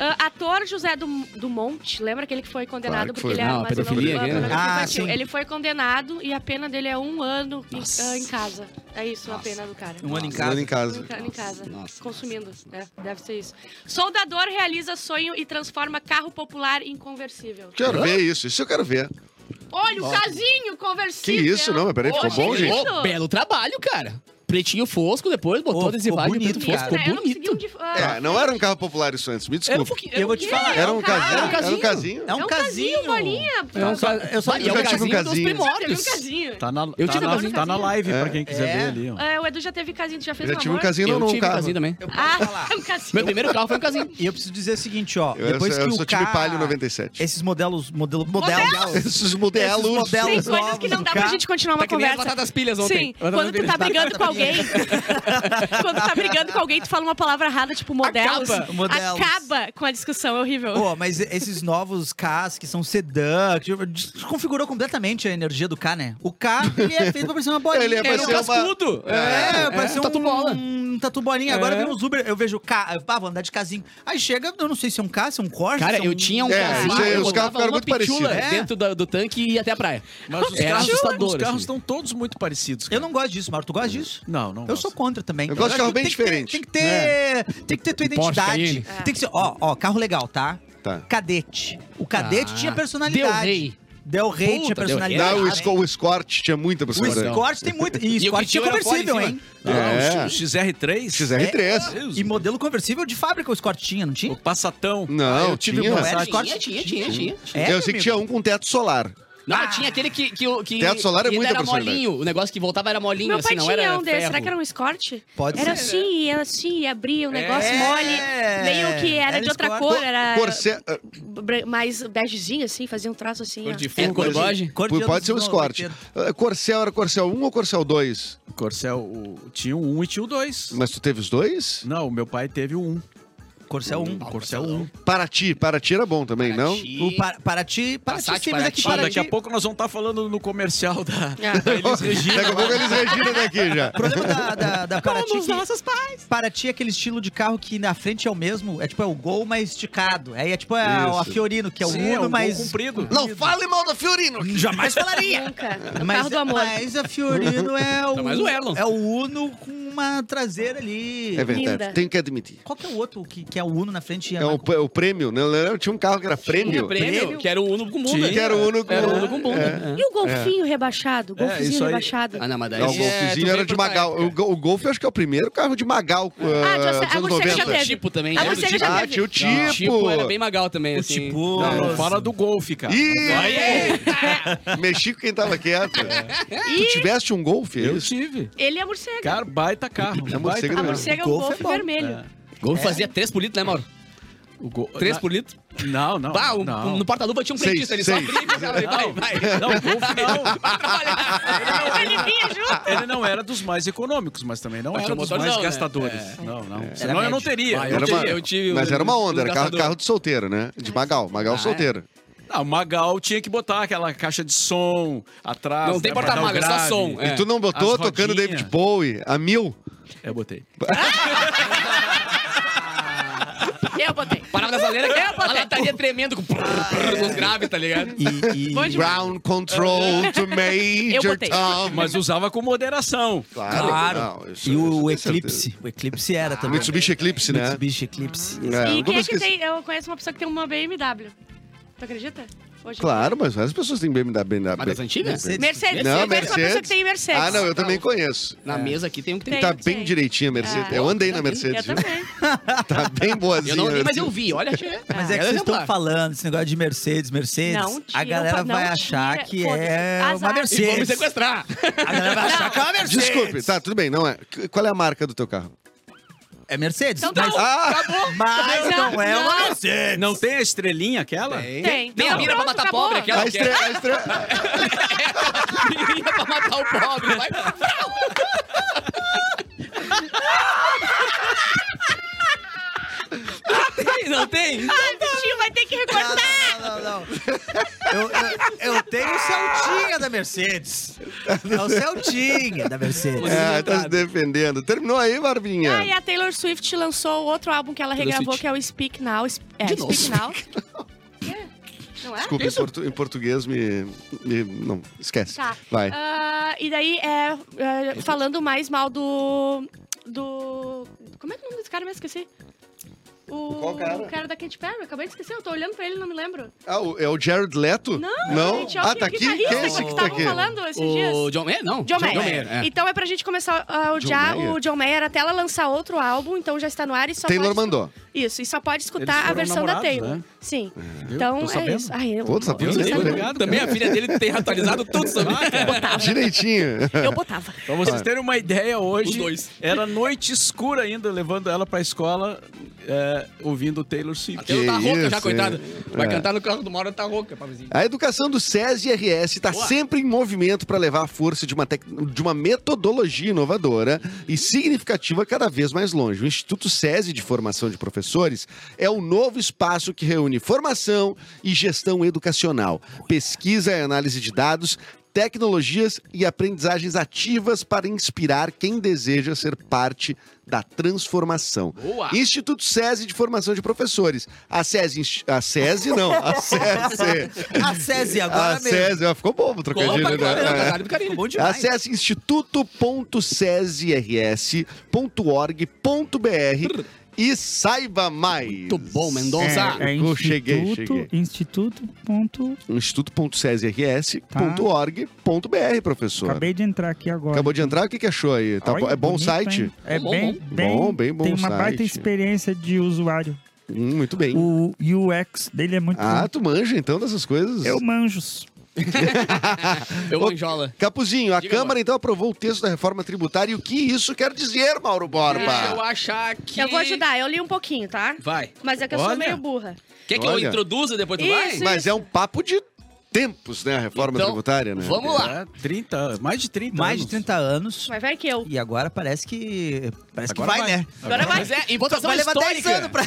S3: Ah, ator José Dum- Dumont, lembra aquele que foi
S5: Claro
S3: condenado
S5: que
S3: porque ele
S5: foi. é
S3: é
S1: Não,
S3: era vazou
S1: pedofilia,
S3: no-
S1: né?
S3: pornografia
S2: Ah,
S3: infantil.
S2: sim.
S3: Ele foi condenado e a pena dele é um ano em,
S1: Nossa.
S3: ah, em casa. É isso a pena do cara.
S2: Um ano em
S5: Tô olhando
S2: casa.
S5: em casa.
S3: Em ca- em casa,
S1: Nossa,
S3: consumindo. É, deve ser isso. Soldador realiza sonho e transforma carro popular em conversível.
S5: Quero ver isso, isso eu quero ver.
S3: Olha, o casinho
S5: Que
S3: conversível.
S5: isso, não, mas peraí, ficou
S3: Ô,
S5: bom,
S3: achei
S5: gente?
S3: lindo.
S1: Ô, Belo trabalho, cara. Pretinho fosco depois, botou
S2: Ô,
S1: oh,
S2: ficou
S1: adesivagem
S2: bonito,
S1: preto fosco.
S2: cara.
S1: Ficou
S3: Eu não consegui
S1: bonito.
S3: um dif- ah,
S5: É, não era um carro popular isso antes, me
S1: Era um
S5: desculpa.
S1: pouquinho-
S2: Eu vou te
S3: quê?
S2: falar.
S5: Era um
S3: carro.
S5: casinho, era um
S1: casinho.
S5: casinho.
S2: É um casinho.
S3: bolinha. Tá,
S1: É um ca-
S2: Eu só-
S1: Ah, e é um
S5: Eu já tive um
S1: casinho dos
S5: casinho.
S3: Teve um
S1: primórdios.
S3: casinho.
S4: Tá na,
S1: Eu
S4: tá
S1: tive
S4: na,
S1: um
S4: tá na live pra quem quiser
S2: É.
S4: ver ali. Ó.
S3: É, o Edu já teve casinho, tu já fez
S5: Eu já
S3: um
S5: tive um
S3: amor?
S5: casinho, não,
S1: Eu
S5: não,
S1: tive
S5: um
S1: um
S5: carro.
S1: casinho também.
S3: Ah, [laughs] um casinho.
S1: Meu primeiro carro foi um casinho.
S2: E eu preciso dizer o seguinte, ó.
S5: Eu,
S2: Depois
S5: eu,
S2: que
S5: sou
S2: o
S5: time
S2: cara-
S5: Palio 97.
S2: Esses modelos, modelo, modelos,
S5: Esses
S2: Esses
S5: modelos.
S2: modelos
S3: Tem coisas que não dá pra gente continuar uma
S1: Tá que nem as
S3: conversa.
S1: batatas pilhas ontem. [laughs]
S3: Sim, quando tu tá brigando com alguém, quando tu tá brigando com alguém, tu fala uma palavra palavra errada, tipo modelos,
S4: Acaba,
S2: modelos.
S3: acaba com a discussão, é
S1: [laughs]
S3: horrível.
S2: Pô, mas esses novos Ks que são sedã, que desconfigurou completamente a energia do K, né? O K, ele é feito pra parecer uma bolinha.
S5: Ele é pra
S4: Era um
S5: ser uma-
S4: cascudo.
S2: É, parece um
S1: tatu bola.
S2: Um tatu bolinha. Agora
S4: É.
S2: vem os Uber, eu vejo K, eu, ah, vou andar de casinho. Aí chega, eu não sei se é um K, se é um Corsa.
S1: Cara,
S2: se é
S1: eu
S2: um...
S1: tinha um
S5: É,
S1: casinho,
S5: isso
S1: eu
S5: aí, os carros
S1: botava
S5: ficaram
S1: uma
S5: muito parecidos.
S1: pitula
S2: É.
S1: dentro da- do, tanque e ia até a praia.
S4: Mas os
S1: Era
S4: carros,
S1: assustador,
S4: os carros
S1: assim.
S4: estão todos muito parecidos.
S2: Eu
S4: Cara.
S2: não gosto disso, Mauro. Tu gosta disso?
S4: Não, não.
S2: Eu
S4: gosto.
S2: sou contra também.
S5: é- Eu
S2: cara.
S5: gosto de carro
S2: acho que
S5: bem
S2: tem que ter-
S5: diferente.
S2: tem que ter, tem que ter tua
S1: É. Um Porsche
S2: identidade.
S1: Cayenne.
S3: É.
S2: Tem que ser, ó, ó, carro legal, tá?
S5: Tá.
S2: Cadete. O cadete
S1: Ah,
S2: tinha
S1: Del
S2: personalidade.
S1: Rey.
S2: Del
S1: Puta, Del
S2: Rey tinha
S1: Rey. é
S2: personalidade.
S5: Não, o,
S2: Ah,
S5: esco, o Escort tinha muita
S2: O
S5: possibilidade.
S2: Escort tem muito. E
S1: o que
S2: Escort tinha
S1: tinha era fora em
S2: conversível,
S1: cima.
S2: hein?
S4: Não,
S5: É.
S4: o É? XR3?
S5: XR3.
S4: Deus,
S2: E modelo conversível de fábrica o Escort tinha, não
S4: O
S2: tinha?
S4: Passatão.
S5: Não,
S4: eu tive
S5: tinha.
S4: um
S2: Era
S4: Passat.
S2: Escort?
S1: Tinha, tinha, tinha, tinha.
S2: É,
S5: eu
S2: meu
S5: sei que
S2: amigo.
S5: tinha um com teto solar.
S1: Não, mas tinha aquele que. que, o- que
S5: Teto solar é
S1: que ainda
S5: muita
S1: era
S5: possibilidade.
S1: molinho. O negócio que voltava era molinho,
S3: Meu
S1: assim,
S3: pai
S1: não
S3: tinha
S1: era.
S3: um desse,
S1: ferro. É.
S3: será que era um escort?
S2: Pode
S3: Era
S2: ser. É.
S3: assim, e era assim, e abria um negócio mole, meio que era,
S2: Era
S3: de outra
S2: escort.
S3: cor, era
S5: Por ser- ah,
S3: br- mais begezinho, assim, fazia um traço assim.
S1: Cor
S3: ó.
S1: de
S5: É,
S1: fogo, cor
S5: mas-
S1: bege.
S2: Cor de
S5: por- pode
S2: anos
S5: ser um
S2: no-
S5: Escort.
S2: noventa.
S5: Ah, Corcel era Corcel 1 ou Corcel 2?
S4: Corcel, o- tinha o 1 e tinha o 2.
S5: Mas tu teve os dois?
S4: Não, o meu pai teve o 1.
S2: Corcel 1.
S4: Corcel 1.
S5: Paraty. Paraty era bom também, não?
S2: O para, Paraty, Paraty
S1: Passat,
S2: sim, mas aqui
S1: Paraty.
S4: Daqui
S2: Paraty...
S4: a pouco nós vamos estar falando no comercial da,
S2: Ah.
S3: É.
S4: da [laughs]
S5: [laughs]
S4: Elis Regina.
S5: Daqui a pouco eles regiram daqui já.
S2: O problema da, da, da Paraty é que
S4: pais.
S2: Paraty é aquele estilo de carro que na frente é o mesmo, é tipo é o Gol, mas esticado. Aí é tipo é a, a
S5: Isso.
S2: Fiorino, que é o
S4: Sim, é
S2: Uno,
S4: um
S2: mas...
S4: gol comprido.
S5: Não fale mal da Fiorino.
S2: Jamais falaria!
S3: Nunca. O carro do amor.
S2: mas a Fiorino é o,
S1: Tá mais o Elon.
S2: é o Uno com uma traseira ali.
S5: É verdade,
S3: Linda.
S5: tenho que admitir.
S2: Qual que é o outro que, que é o Uno na frente? e a
S5: É o,
S2: Marco-
S5: o prêmio, né? Eu Tinha um carro que era
S1: Tinha
S5: prêmio.
S1: é prêmio, que era o Uno com bunda.
S4: Tinha.
S5: Que era o único.
S1: Era o Uno com bunda. é.
S3: E o golfinho rebaixado? O
S4: É,
S3: golfinho
S4: isso aí.
S3: rebaixado.
S1: Ah, não, mas daí.
S5: É, o
S1: isso é- tu
S5: golfezinho
S1: veio
S5: era de
S1: pra cá,
S5: Magal.
S1: cara.
S5: O, Go- o Golf eu acho que é o primeiro carro de Magal.
S3: Ah,
S5: ah,
S3: de você-
S5: dos
S3: a
S5: anos
S3: morcega
S1: Tinha
S3: já
S5: 90.
S1: o
S3: teve.
S1: tipo também.
S3: A
S1: né?
S3: morcega já
S5: Ah,
S3: teve.
S5: tinha o tipo.
S1: Não, o tipo era bem magal também,
S2: o
S1: assim.
S2: tipo...
S4: Não, não fala do Golf, cara.
S5: Ih,
S4: Vai.
S5: [laughs] mexi com quem tava quieto. Tu
S3: E
S5: tiveste um Golf? é
S4: Eu
S5: isso?
S4: tive.
S3: ele é morcega.
S4: Cara, baita carro.
S5: É morcega
S3: A
S4: baita
S5: mesmo.
S4: carro.
S3: morcega é um
S2: Golfe é
S3: golfe
S2: bom.
S3: vermelho.
S1: Gol fazia 3 por litro, né, Mauro?
S4: O gol...
S1: 3 por litro.
S4: Não, não.
S1: Bah, o-
S4: não.
S1: no porta-luva tinha um
S5: Seis,
S1: frentista, ele só
S5: seis.
S1: abria e pegava, ele, vai, vai.
S4: Não, o Golf não.
S1: Vai trabalhar.
S3: Ele vinha junto.
S4: Ele não era dos mais econômicos, mas também não
S1: Mas
S4: era
S1: tinha
S4: dos
S1: motorzão,
S4: mais
S1: né?
S4: gastadores.
S1: É.
S4: Não, não. Senão eu
S2: médio.
S4: não teria.
S1: Vai,
S4: Eu
S5: Era
S4: não
S5: uma-
S4: teria.
S1: eu tive
S5: mas
S1: o-
S5: era uma onda,
S1: o
S5: era carro,
S1: caçador.
S5: carro de solteiro, né? De Magal, Magal solteiro.
S4: Ah, o Magal tinha que botar aquela caixa de som atrás. né,
S1: Não tem
S4: pra dar o
S1: porta-malas, só
S4: grave.
S1: som, é.
S5: E tu não botou
S4: As
S5: tocando
S4: rodinha.
S5: David Bowie a mil?
S4: Eu botei.
S3: [laughs] Eu botei.
S1: Parava na saleira, que a lataria tremendo com nos graves, tá ligado?
S5: [laughs]
S2: E, e-
S3: Bom demais.
S5: Ground control to
S3: Eu
S5: Major
S3: botei.
S5: Tom.
S4: Mas usava com moderação.
S5: Claro. não, isso- é
S2: e
S5: isso
S2: o
S5: tem
S2: Eclipse. O Eclipse era
S5: certeza.
S2: também.
S5: Mitsubishi Eclipse, né?
S2: Mitsubishi Eclipse.
S5: É,
S3: e
S5: nunca
S3: quem
S5: me
S3: é que
S5: esqueci.
S3: tem? Eu conheço uma pessoa que tem uma BMW. Tu acredita? Hoje.
S5: Claro, mas as pessoas têm BMW. BMW.
S1: Mas das antigas?
S2: Mercedes.
S3: Mercedes.
S5: Não,
S3: eu conheço uma pessoa
S5: Mercedes.
S3: que tem Mercedes.
S5: Ah, não, eu também conheço.
S1: Na mesa aqui tem um que tem.
S3: Tem.
S5: Tá bem direitinha a Mercedes.
S3: Ah.
S5: Eu andei na
S3: Eu
S5: Mercedes. viu?
S3: também.
S5: Tá bem boazinha.
S1: Eu não li, mas eu
S5: Mercedes.
S1: vi, olha.
S3: Ah,
S2: Mas é que
S1: Ela
S2: vocês estão
S1: exemplar.
S2: falando esse negócio de Mercedes, Mercedes.
S3: Não tira,
S2: a galera
S3: não
S2: vai
S3: tira.
S2: achar que é
S3: Foda-se.
S2: uma
S3: Azar.
S1: E vão me
S2: Mercedes.
S1: sequestrar.
S2: A galera vai achar que é uma Mercedes.
S5: Desculpe, tá, tudo bem, não é. Qu- Qual é a marca do teu carro?
S2: É Mercedes.
S3: Então tá
S2: mas,
S3: bom.
S5: Ah,
S1: Acabou.
S2: mas não,
S3: Não,
S2: é uma
S3: não.
S2: Mercedes.
S4: Não tem a estrelinha aquela?
S3: Tem.
S1: Tem a
S3: Não,
S1: mira pra
S3: pronto,
S1: matar
S3: acabou.
S1: pobre, aquela
S5: a
S1: que é.
S5: estrela.
S1: [laughs]
S5: A tá estrela...
S1: Mirinha pra matar o pobre, vai. Tem, Não tem?
S3: Ai, bichinho, vai ter que recortar.
S2: Não, não, não. Eu, eu- eu tenho o Celtinha da Mercedes. É o Celtinha da Mercedes.
S5: É, tá se defendendo. Terminou aí, Barbinha?
S3: Ah, e a Taylor Swift lançou outro álbum que ela
S1: Taylor
S3: regravou,
S1: Swift.
S3: que é o Speak Now. Es- É,
S1: De novo,
S3: Speak Now. É, Não é?
S5: Desculpa, em, portu- em português me, me- Não, esquece.
S3: Tá.
S5: Vai.
S3: Ah, e daí, é, é, falando mais mal do. Do. Como é que é o nome desse cara? Eu esqueci. O,
S5: Qual cara?
S3: o cara da Katy Perry, eu acabei de esquecer, eu tô olhando pra ele e não me lembro.
S5: Ah, o- é o Jared Leto?
S3: Não, gente, é o
S5: Ah,
S3: que-
S5: tá
S3: que
S5: aqui? Quem é
S3: guitarrista
S5: esse
S3: que
S5: que tá
S3: estavam
S5: aqui?
S3: falando esses dias.
S1: O John Mayer? Não.
S3: John Mayer.
S1: é.
S3: Então é pra gente começar a odiar
S5: John Mayer?
S3: o John Mayer até ela lançar outro álbum, então já está no ar e só
S5: Taylor
S3: pode escu-
S5: mandou.
S3: Isso, e só pode
S4: Eles
S3: escutar
S4: foram
S3: a versão da
S4: namorados,
S3: Taylor.
S4: né?
S3: Sim. Então
S4: Tô
S3: é
S4: sabendo.
S3: isso. Ai, eu,
S5: Pô, tu sabia?
S3: eu,
S5: Sim,
S1: Também,
S5: obrigado,
S1: também,
S4: cara.
S1: a filha dele tem atualizado tudo sobre
S3: botava.
S5: Tá Direitinho.
S3: Eu botava.
S4: Pra vocês terem uma ideia,
S1: Os
S4: hoje
S1: dois.
S4: era noite escura ainda, levando ela pra escola. É, dia ouvindo Taylor Swift.
S5: Que
S1: Até ela tá rouca já,
S5: isso,
S1: coitada. Vai
S5: É.
S1: cantar no carro do Mauro, ela tá rouca, Pavizinho.
S5: A educação do SES e RS está
S1: Boa.
S5: sempre em movimento para levar a força de uma, tec- de uma metodologia inovadora e significativa cada vez mais longe. O Instituto SESI de Formação de Professores é o novo espaço que reúne formação e gestão educacional, pesquisa e análise de dados, tecnologias e aprendizagens ativas para inspirar quem deseja ser parte da transformação.
S1: Boa!
S5: [laughs] Instituto SESI de Formação de Professores. A SESI, inst- a SESI
S1: [laughs]
S5: não, a SESI.
S2: A SESI
S1: Tá
S2: agora
S5: A
S2: mesmo. Tá
S5: SESI, ó, ficou bom o
S1: Copa,
S5: trocadilho,
S1: claro,
S5: né? É.
S1: caralho do Carilho.
S2: Bom demais.
S5: Acesse instituto.sesirs.org.br e saiba mais.
S1: Muito bom, Mendonça.
S5: É, eu cheguei, cheguei.
S7: instituto ponto...
S5: instituto.sesirs.org.br, professor.
S7: Acabei de entrar aqui agora.
S5: Acabou de entrar, o que, que achou aí? Tá
S7: Olha,
S5: bom- é bom o
S7: bonito,
S5: site?
S7: hein? É
S1: Bom,
S7: bem,
S1: bom.
S7: bem,
S5: Bom, bem bom
S7: Tem uma baita
S5: site.
S7: experiência de usuário.
S5: Hum, muito bem.
S7: O UX dele é muito
S5: Ah,
S7: bom.
S5: tu manja então dessas coisas? [laughs]
S7: Eu manjos.
S1: Eu manjola.
S5: Capuzinho, a
S1: Diga,
S5: Câmara então aprovou o texto da reforma tributária e o que isso quer dizer, Mauro Borba?
S1: Deixa É, eu achar que...
S3: Eu vou ajudar, eu li um pouquinho, tá?
S1: Vai.
S3: Mas é que eu sou
S4: Olha.
S3: meio burra.
S1: Quer que
S5: Olha.
S1: eu introduza e depois tu
S3: Isso,
S1: vai?
S5: Mas é um papo de tempos, né? A reforma
S1: Então,
S5: tributária, né?
S1: Vamos lá.
S4: É, 30 anos, mais de 30
S2: Mais
S4: anos.
S2: de 30 anos.
S3: Mas vai que eu.
S2: E agora parece que. Parece
S4: Agora
S2: que vai,
S4: vai.
S2: né?
S3: Agora vai.
S1: Mas é, em votação
S2: vai levar
S1: histórica.
S2: 10 anos pra.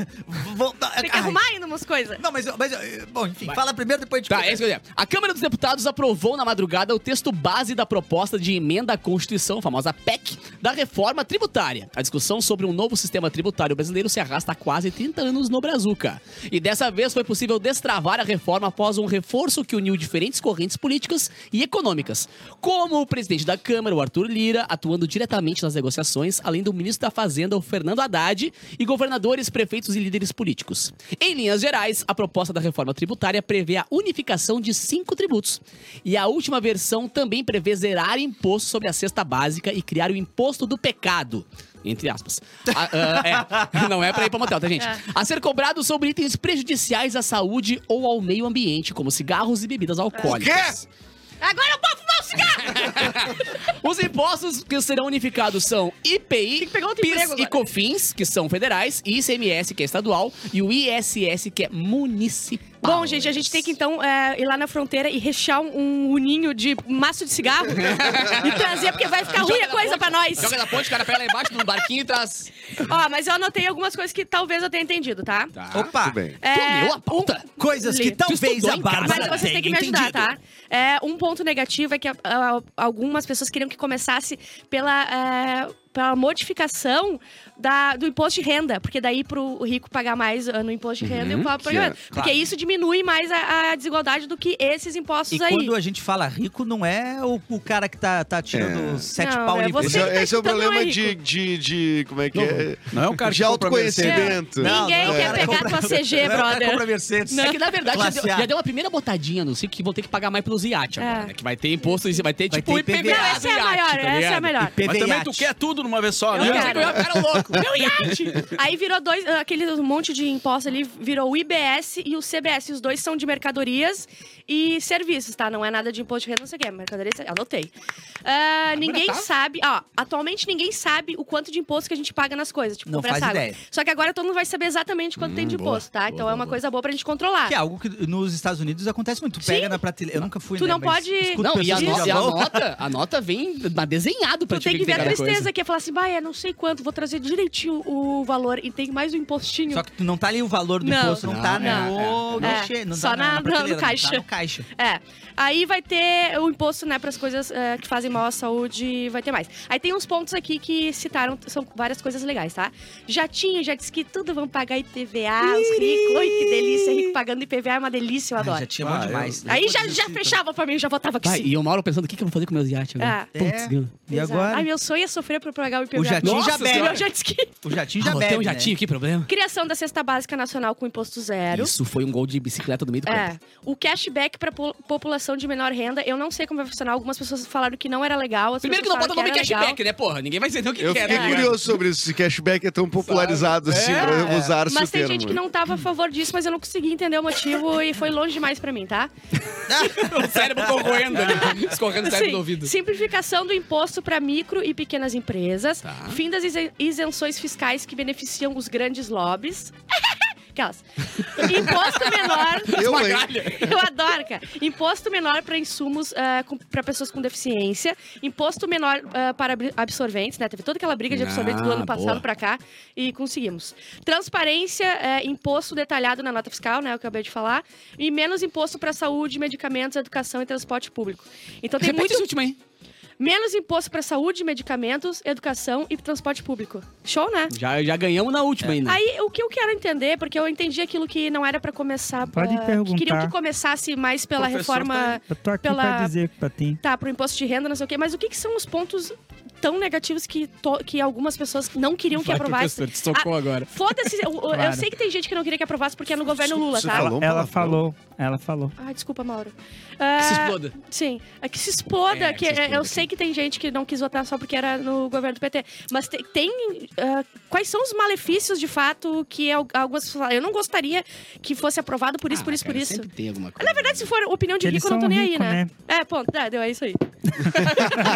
S2: [laughs] Voltar.
S3: Tem que
S2: Ai.
S3: arrumar ainda umas coisas.
S2: Não, mas, mas. eh, Bom, enfim, fala primeiro, depois de.
S1: Tá, é isso que eu ia dizer. A Câmara dos Deputados aprovou na madrugada o texto base da proposta de emenda à Constituição, a famosa PEC, da reforma tributária. A discussão sobre um novo sistema tributário brasileiro se arrasta há quase 30 anos no Brazuca. E dessa vez foi possível destravar a reforma após um reforço que uniu diferentes correntes políticas e econômicas, como o presidente da Câmara, o Arthur Lira, atuando diretamente nas negociações, além do ministro da Fazenda, o Fernando Haddad, e governadores, prefeitos e líderes políticos. Em linhas gerais, a proposta da reforma tributária prevê a unificação de cinco tributos. E a última versão também prevê zerar imposto sobre a cesta básica e criar o imposto do pecado. Entre aspas. A- ah, é. [laughs] Não é pra ir pra motel, tá, gente?
S3: É.
S1: A ser cobrado sobre itens prejudiciais à saúde ou ao meio ambiente, como cigarros e bebidas alcoólicas.
S3: Agora eu posso fumar um cigarro!
S1: Os impostos que serão unificados são IPI,
S3: que pegar outro
S1: PIS
S3: emprego
S1: e
S3: agora.
S1: COFINS, que são federais, e ICMS, que é estadual, e o ISS, que é municipal.
S3: Bom, gente, a gente tem que então é, ir lá na fronteira e rechar um, um ninho de maço de cigarro e trazer, porque vai ficar ruim a coisa pra nós.
S1: Joga na ponte, o cara pega lá embaixo no barquinho e traz...
S3: Ó, mas eu anotei algumas coisas que talvez eu tenha entendido, tá?
S2: Opa!
S5: Muito bem.
S1: Tu
S3: É,
S1: leu a pauta?
S2: Coisas que
S3: Lê.
S1: Tu
S2: talvez
S1: estudou
S2: a
S1: em
S2: Bárbara.
S1: casa?
S3: Mas vocês têm que me
S2: tenha
S3: ajudar,
S2: entendido.
S3: tá? É, um ponto negativo é que ah, ah, algumas pessoas queriam que começasse pela, é, pela modificação da- do imposto de renda, porque daí pro rico pagar mais ah, no imposto de
S2: Uhum,
S3: renda e o pobre
S5: que
S3: pagar
S5: é,
S3: menos. Porque isso diminui mais a, a desigualdade do que esses impostos
S2: E
S3: aí.
S2: quando a gente fala rico, não é o, o cara que tá, tá tirando sete
S3: Não,
S2: pau
S3: é
S2: limpos.
S3: você
S5: Esse,
S3: que tá
S5: é- esse é o
S3: escutando não é
S5: problema
S3: rico.
S5: de, de, de- Como é que é?
S4: Não é um cara que
S5: de
S4: compra
S5: autoconhecimento.
S2: Mercedes. Não,
S3: Ninguém
S2: não,
S3: quer
S2: cara,
S3: pegar
S2: compra- [laughs]
S3: tua CG,
S2: Não, o cara compra
S3: É, brother.
S2: Mercedes.
S1: É que, na verdade, já
S2: Classe
S1: deu,
S2: A.
S1: já deu uma primeira botadinha no SIC que vão ter que pagar mais pelos iates agora,
S3: É.
S1: né? Que vai ter imposto, e vai ter,
S2: Vai
S1: tipo,
S2: ter
S1: IPVA
S3: Não,
S2: IPVA
S1: do
S3: essa é a
S1: iate,
S3: maior,
S1: tá
S3: essa é a
S1: ligado?
S3: melhor.
S2: PV
S4: Mas também
S2: iate.
S4: tu quer tudo numa vez só,
S3: Eu
S4: né?
S3: quero.
S1: Eu quero louco.
S3: Meu iate! Aí virou dois, aquele monte de imposto ali, virou o IBS e o CBS. Os dois são de mercadorias e serviços, tá? Não é nada de imposto de renda, não sei o quê. Mercadoria, e servi- anotei. Ah, ninguém
S1: tá?
S3: sabe, ó, atualmente ninguém sabe o quanto de imposto que a gente paga nas coisas, tipo,
S2: Não
S3: comprar
S2: faz
S3: essa água.
S2: ideia.
S3: Só que agora todo mundo vai saber exatamente quanto tem de imposto, tá? então é uma coisa boa pra gente controlar.
S2: Que é algo que nos Estados Unidos acontece muito. Tu
S3: Sim.
S2: pega na prateleira. Eu nunca fui,
S3: Tu
S2: né,
S3: não
S2: mas
S3: pode-
S2: escuto
S1: Não, e a,
S2: pessoas que
S1: no-
S2: já
S1: e a
S2: vão.
S1: nota, a nota vem na- desenhado pra
S3: Tu
S1: ti. o
S3: Então tem que ver a
S1: cada coisa.
S3: tristeza, que é falar assim, bah, é não sei quanto, vou trazer direitinho o valor e tem mais um impostinho.
S2: Só que tu não tá ali o valor do
S3: Não.
S2: imposto, não, tá
S1: Não,
S2: no
S3: é.
S2: guichê, não
S3: Só
S2: tá
S3: na-
S2: na,
S3: no
S2: prateleira, não tá
S3: caixa.
S2: no caixa.
S3: É. Aí vai ter o imposto, né, para as coisas eh, que fazem mal à saúde, vai ter mais. Aí tem uns pontos aqui que citaram, são várias coisas legais, tá? Jatinho, já disse que tudo vão pagar IPVA, os ricos. Oi, que delícia, rico pagando IPVA é uma delícia, eu
S2: Ah, já
S3: adoro.
S2: tinha bom
S4: Ah, eu-
S2: demais. né?
S3: Aí já, já fechava pra mim, já votava que
S1: Vai,
S3: sim.
S1: e o Mauro pensando, o que, que eu vou fazer com meus iates
S3: Ah.
S1: agora?
S2: É.
S1: Putz, grilo.
S2: E
S3: Exato.
S2: agora?
S3: Ai, meu sonho é sofrer pra pagar o IPVA.
S2: O jatinho
S1: Nossa
S2: já
S1: Senhora.
S3: Meu
S2: bebe.
S3: jet ski.
S2: O jatinho
S1: Ah,
S2: já
S1: vou ter
S2: bebe,
S1: um
S2: né?
S1: jatinho, que problema?
S3: Criação da cesta básica nacional com imposto zero.
S1: Isso foi um gol de bicicleta do
S2: tá
S1: meio do campo.
S3: É, o cashback pra po- população de menor renda, eu não sei como vai funcionar. Algumas pessoas falaram que não era legal. outras
S1: Primeiro que não
S3: pessoas
S1: bota o
S3: falaram
S1: nome
S3: era legal.
S1: cashback, né, porra? Ninguém vai entender o que
S5: Eu
S1: que é,
S5: fiquei
S1: né?
S5: curioso sobre isso. Se cashback é tão popularizado assim
S4: É.
S5: pra eu usar esse
S3: Mas tem
S5: termo.
S3: gente que não tava a favor disso, mas eu não consegui entender o motivo e foi longe demais pra mim,
S1: [laughs]
S3: tá?
S1: [laughs] O cérebro corroendo ali, escorrendo o cérebro
S3: Sim,
S1: do ouvido.
S3: Simplificação do imposto pra micro e pequenas empresas,
S1: Tá.
S3: fim das isen- isenções fiscais que beneficiam os grandes lobbies. [laughs] Aquelas. Imposto menor.
S5: Eu, hein?
S3: Eu adoro, cara. Imposto menor para insumos para pessoas com deficiência. Imposto menor ah, para abri- absorventes, né? Teve toda aquela briga de
S1: Ah,
S3: absorventes do ano
S1: boa.
S3: passado para cá e conseguimos. Transparência, eh, imposto detalhado na nota fiscal, né? Eu acabei de falar. E menos imposto para saúde, medicamentos, educação e transporte público. Então tem
S1: Repete esse
S3: muito
S1: último aí.
S3: menos imposto para saúde, medicamentos, educação e transporte público. Show, né?
S1: Já, já ganhamos na última ainda.
S3: Aí, o que eu quero entender, porque eu entendi aquilo que não era pra começar...
S7: Pode
S3: ah, Que
S7: perguntar.
S3: queriam que começasse mais pela
S4: Professor
S1: tá
S3: reforma...
S7: Eu tô aqui
S3: Pela-
S7: pra dizer pra ti.
S3: Tá, pro imposto de renda, não sei o quê. Mas o que, que são os pontos tão negativos que, to- que algumas pessoas não queriam que é Ah,
S4: Vai,
S3: aprovasse?
S4: professor, te socou agora.
S3: Foda-se, eu, eu- eu
S7: Claro.
S3: sei que tem gente que não queria que aprovasse porque é no governo
S5: Você
S3: Lula, tá?
S5: falou?
S7: Ela,
S5: palavrão.
S7: falou, ela falou.
S3: Ai, desculpa, Mauro.
S1: Que se
S3: Ah,
S1: exploda.
S3: Sim, é que se exploda,
S1: É, que
S3: que,
S1: se exploda,
S3: eu
S1: sim.
S3: sei que tem gente que não quis votar só porque era no governo do PT, mas te- tem, ah, quais são os malefícios de fato que al- algumas pessoas falam, eu não gostaria que fosse aprovado por isso,
S1: Ah,
S3: por isso,
S1: cara,
S3: por isso.
S1: Sempre tem alguma coisa. [laughs]
S3: Na verdade, se for opinião de
S7: Eles
S3: rico, eu não tô
S7: são
S3: nem aí,
S7: rico,
S3: né? É, ponto, tá, deu, é isso aí.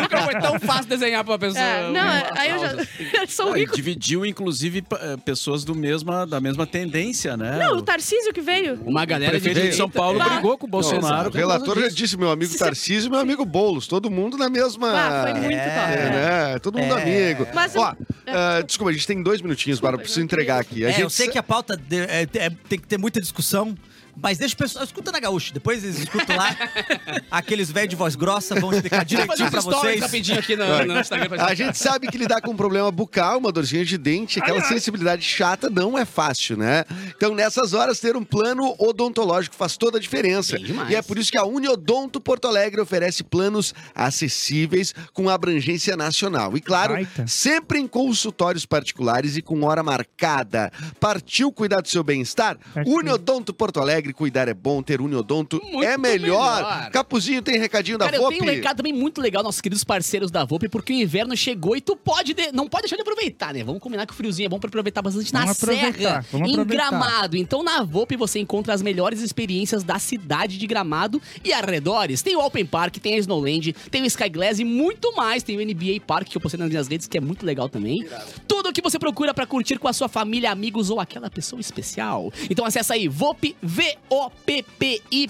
S1: nunca foi é
S3: [laughs]
S1: tão fácil desenhar pra uma pessoa.
S3: É, não, aí eu já eu [laughs] sou
S4: Ah, e
S3: rico.
S4: dividiu, inclusive, pa- eh, pessoas do mesma, da mesma tendência,
S3: Não,
S4: né?
S3: tá-
S4: o
S3: o Tarcísio que veio.
S1: Uma galera de
S4: prefeito de São
S1: direita.
S4: Paulo
S3: Bah.
S4: brigou com o Bolsonaro.
S5: O relator já disse, meu amigo
S3: Se-
S5: Tarcísio e meu amigo Boulos. Todo mundo na mesma.
S3: Ah, foi muito
S5: é,
S3: top. né?
S5: né? Todo mundo
S2: É.
S5: amigo.
S3: Mas
S5: Ó,
S3: eu-
S5: ah, desculpa, a gente tem dois minutinhos, Bárbara. Preciso
S3: eu não queria.
S5: entregar aqui. A
S2: É,
S5: gente
S2: eu sei que a pauta de- é- é- tem que ter muita discussão, mas deixa o pessoal. Escuta na gaúcha, depois eles escutam
S3: [laughs]
S2: lá. Aqueles velhos de voz grossa vão explicar
S1: Vou fazer
S2: direitinho pra
S1: uns stories
S2: vocês.
S1: rapidinho aqui no, no Instagram. pra
S5: A gente sabe que lidar com um problema bucal, uma dorzinha de
S1: Ah,
S5: dente,
S1: é.
S5: aquela sensibilidade chata não é fácil, né? Então, nessas horas, ter um plano odontológico faz toda a diferença.
S1: Bem demais.
S5: E é por isso que a Uniodonto Porto Alegre oferece planos acessíveis com abrangência nacional. E claro,
S7: Baita.
S5: sempre em consultórios particulares e com hora marcada. Partiu cuidar do seu bem-estar?
S7: Partiu.
S5: Uniodonto Porto Alegre, cuidar é bom, ter Uniodonto
S1: Muito
S5: é melhor.
S1: melhor.
S5: Capuzinho tem recadinho da
S1: Cara, eu
S5: Vop.
S1: tenho um recado também muito legal, nossos queridos parceiros da VOP, porque o inverno chegou e tu pode de- não pode deixar de aproveitar, né? Vamos combinar que o friozinho é bom pra aproveitar bastante na
S7: Vamos aproveitar,
S1: serra,
S7: vamos
S1: em
S7: aproveitar.
S1: Gramado. Então na VOP você encontra as melhores experiências da cidade de Gramado e arredores. Tem o Open Park, tem a Snowland, tem o Sky Glass e muito mais. Tem o NBA Park que eu postei nas minhas redes, que é muito legal também. Tudo o que você procura pra curtir com a sua família, amigos ou aquela pessoa especial. Então acessa aí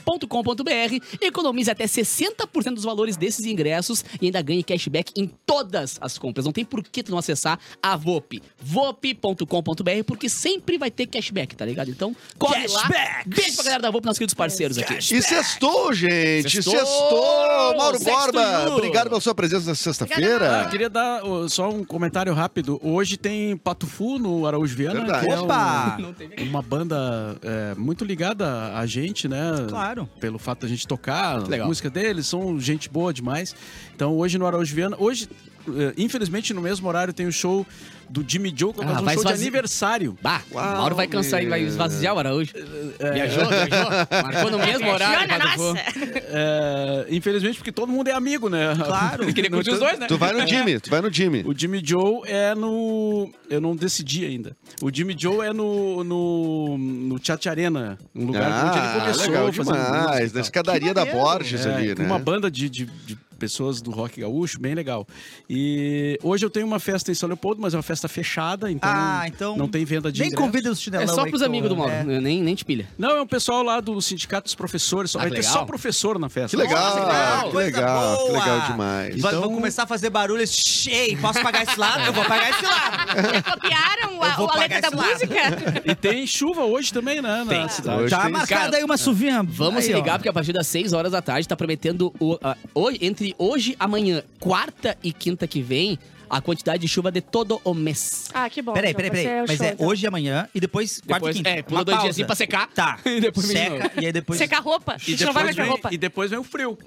S1: voppi.com.br, economize até 60% dos valores desses ingressos e ainda ganhe cashback em todas as compras. Não tem por que tu não acessar a Vop. Vop.com.br, porque sempre vai ter cashback, tá ligado? Então, corre lá. Beijo pra galera da Vop, nossos queridos parceiros aqui.
S5: E sextou, gente!
S1: Sextou!
S5: Sextou! Mauro
S1: Sexto
S5: Borba,
S1: Ju.
S5: obrigado pela sua presença nessa
S4: Ah,
S5: sexta-feira.
S4: queria dar ó, só um comentário rápido. Hoje tem Patufu no Araújo Viana.
S5: Verdade.
S4: que é um-
S2: Opa!
S4: uma banda é, muito ligada a gente, né?
S2: Claro.
S4: Pelo fato da gente tocar
S1: Legal.
S4: a música deles, são gente boa demais. Então hoje no Araújo Viana, hoje, é, infelizmente, no mesmo horário tem o show do Jimmy Joe, que é
S1: Ah,
S4: um show
S1: vai
S4: de
S1: esvazi-
S4: aniversário.
S1: Bah,
S5: Uau,
S1: Mauro vai cansar,
S5: meu.
S1: vai esvaziar o Araújo. Viajou, viajou. Marcou no mesmo horário.
S3: Jona,
S1: Padu Vô.
S3: nossa.
S4: É, infelizmente, porque todo mundo é amigo, né?
S2: Claro.
S4: [laughs] Ele queria curtir os dois, né?
S5: Tu vai no Jimmy, tu vai no Jimmy.
S4: O Jimmy Joe é no. Eu não decidi ainda. O Jimmy Joe é no. no, no Tchat Arena. Um lugar onde ele
S5: Ah,
S4: começou
S5: legal
S4: fazendo
S5: demais.
S4: música né?
S5: Na
S4: e tal.
S5: escadaria da Borges
S4: É,
S5: ali,
S4: com
S5: né?
S4: Uma banda de, de- de pessoas do rock gaúcho, bem legal. E hoje eu tenho uma festa em São Leopoldo, mas é uma festa fechada, então.
S2: Ah, então.
S4: Não tem venda de
S2: Nem
S4: ingresso.
S2: convida os
S1: É
S2: chinelão.
S1: só
S2: aí
S1: pros
S2: que
S1: amigos
S2: tão-
S1: do Mauro,
S2: é.
S1: nem, nem te pilha.
S4: Não, é um pessoal lá do Sindicato dos Professores. Só
S1: Ah,
S4: vai
S1: que
S4: ter
S1: legal.
S4: só professor na festa.
S5: Que legal,
S1: Nossa, Ah, que legal,
S5: que
S2: coisa
S5: legal, que
S2: boa.
S5: legal demais.
S2: Vai-
S4: Então-
S2: Vão começar a fazer barulho. Ei, posso pagar esse lado? Eu vou pagar esse lado.
S3: Já copiaram a,
S2: vou
S3: a
S2: pagar
S3: letra da
S2: esse lado.
S3: música?
S4: E tem chuva hoje também, né? Na
S1: Tem.
S4: cidade.
S5: Hoje
S2: Já
S5: tem-
S2: marcada aí uma suvinha.
S1: Vamos
S2: aí,
S1: se ligar,
S2: ó.
S1: porque a partir das 6 horas da tarde tá prometendo o- a- hoje, entre hoje, amanhã, quarta e quinta que vem, a quantidade de chuva de todo o mês.
S3: Ah, que bom.
S2: Peraí,
S3: então,
S2: peraí,
S3: vai
S2: peraí.
S3: ser o
S2: Mas
S3: show,
S2: é
S3: então.
S2: hoje e amanhã e depois quarta e
S1: Depois-
S2: quinta.
S1: é, pula
S2: Uma
S1: dois
S2: pausa.
S1: diazinhos pra secar.
S2: Tá.
S1: [laughs] E depois
S2: Seca e aí depois.
S3: Secar roupa? A
S4: E
S3: gente não vai
S4: depois,
S3: meter
S4: vem,
S3: roupa.
S4: e depois vem o frio.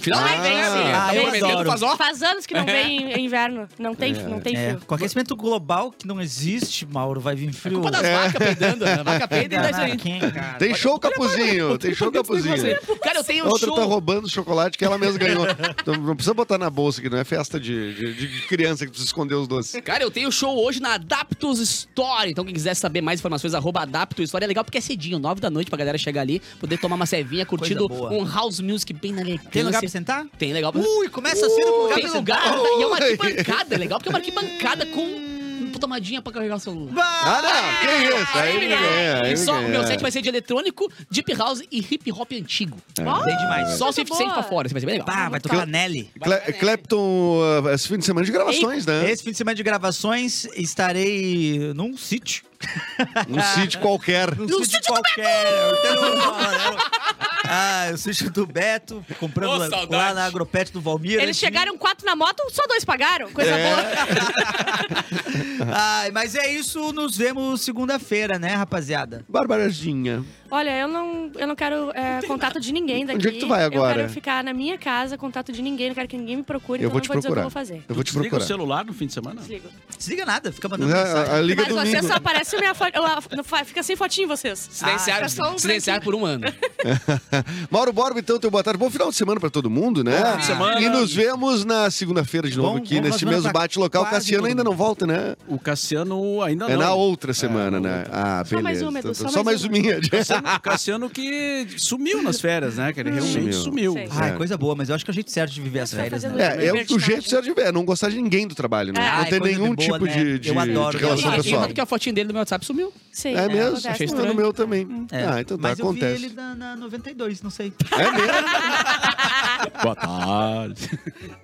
S1: Final
S5: Ah,
S2: ah, eu adoro.
S1: faz ó.
S3: Faz anos que não vem inverno. Não tem, não tem
S2: É,
S3: frio.
S2: com aquecimento global que não existe, Mauro, vai vir frio.
S1: Culpa das vacas peidando, né? A
S2: [laughs]
S1: vaca [laughs] peida e dá isso aí.
S2: Quem, cara?
S5: Tem show, Capuzinho, tem show, Capuzinho.
S1: Cara, eu tenho um
S5: Outra tá
S1: show.
S5: Então, roubando o chocolate que ela mesma ganhou. Não, não precisa botar na bolsa, que não é festa de, de- de criança que tu escondeu os doces.
S1: Cara, eu tenho show hoje na Adaptus Store. Então, quem quiser saber mais informações, arroba Adaptus Store. É legal porque é cedinho, 9 da noite, pra galera chegar ali, poder tomar uma cervinha, curtindo
S2: boa.
S1: um house music bem na elegância.
S2: Tem lugar pra sentar?
S1: Tem legal pra...
S2: Ui, começa cedo com lugar
S1: Tem
S2: pra
S1: lugar.
S2: sentar.
S1: E é uma arquibancada, é legal porque é uma arquibancada com tomadinha pra carregar o celular.
S5: Ah, não, que isso? Aí me ganha, aí
S1: E
S5: me
S1: só, o
S5: ganha.
S1: meu set vai ser de eletrônico, deep house e hip hop antigo.
S2: Tem demais.
S1: Só o 50 Cent
S3: boa.
S1: pra fora, isso vai ser bem legal.
S2: Pá, vai tocar a Nelly.
S5: Cle- Clapton, uh, esse fim de semana de gravações, né?
S2: Esse fim de semana de gravações estarei num sítio.
S5: Um sítio qualquer.
S2: Num sítio, qualquer. Eu tenho um- ah, o sítio do Beto, comprando
S1: Ô,
S2: lá,
S1: saudade.
S2: lá na Agropet do Valmir. né,
S3: Eles chegaram quatro na moto, só dois pagaram. Coisa boa.
S2: Ai, mas é isso, nos vemos segunda-feira, né, rapaziada?
S5: Barbaradinha.
S3: Olha, eu não, eu não quero é, contato de ninguém daqui.
S5: Onde é que tu vai
S3: Eu
S5: agora?
S3: quero ficar na minha casa, contato de ninguém, não quero que ninguém me procure,
S5: Eu
S3: então
S5: vou
S3: não
S5: te
S3: vou dizer o que eu
S5: procurar.
S3: vou fazer.
S5: Eu vou te
S4: Desliga o
S5: procurar.
S4: celular no fim de semana?
S3: Desligo.
S2: Desliga nada, fica mandando
S5: É,
S2: mensagem.
S5: A, a liga
S3: Mas vocês
S5: domingo.
S3: só aparece minha foto. eu- não fa- Fica sem fotinho vocês.
S1: Silenciaram,
S3: Ah, só um
S1: silenciaram por um ano.
S5: Mauro Borba, então, teu boa tarde. Bom final de semana pra todo mundo, né?
S4: Bom fim de semana.
S5: E nos vemos na segunda-feira de novo
S2: Bom,
S5: aqui,
S2: bom,
S5: neste
S2: nós
S5: mesmo
S2: vamos
S5: bate-local.
S2: quase
S5: Cassiano
S2: todo
S5: ainda
S2: mundo.
S5: não volta, né?
S4: O Cassiano ainda
S5: É
S4: não.
S5: na outra semana,
S4: É, na
S5: né? Ah,
S3: Só
S5: beleza.
S3: mais uma, Edu,
S5: Então,
S3: só
S5: Só
S3: mais
S5: mais
S3: uma.
S5: uminha.
S4: Cassiano, o Cassiano que sumiu nas férias, né? Que ele realmente
S5: Sumiu.
S4: sumiu.
S3: Sei.
S2: Ai,
S5: É.
S2: coisa boa, mas eu acho que é o jeito certo de viver as
S3: Você vai
S2: férias,
S3: fazer
S2: né?
S5: É, é
S3: Verdade.
S5: o jeito certo de ver, é não gostar de ninguém do trabalho, né?
S3: É.
S5: Não
S2: Ai,
S5: ter
S2: coisa de
S5: nenhum
S2: boa,
S5: tipo
S2: né?
S5: de, de,
S2: Eu adoro
S5: de relação
S1: E, e
S5: pessoal.
S1: tanto que é a fotinha dele no meu WhatsApp sumiu.
S3: Sim,
S5: É mesmo?
S3: né? acontece
S5: Achei
S3: muito. Hum.
S5: estranho no meu também.
S2: É.
S5: Ah, então tá,
S2: mas eu vi
S5: acontece.
S2: ele na, na 92, não sei.
S5: É mesmo?
S4: Boa tarde.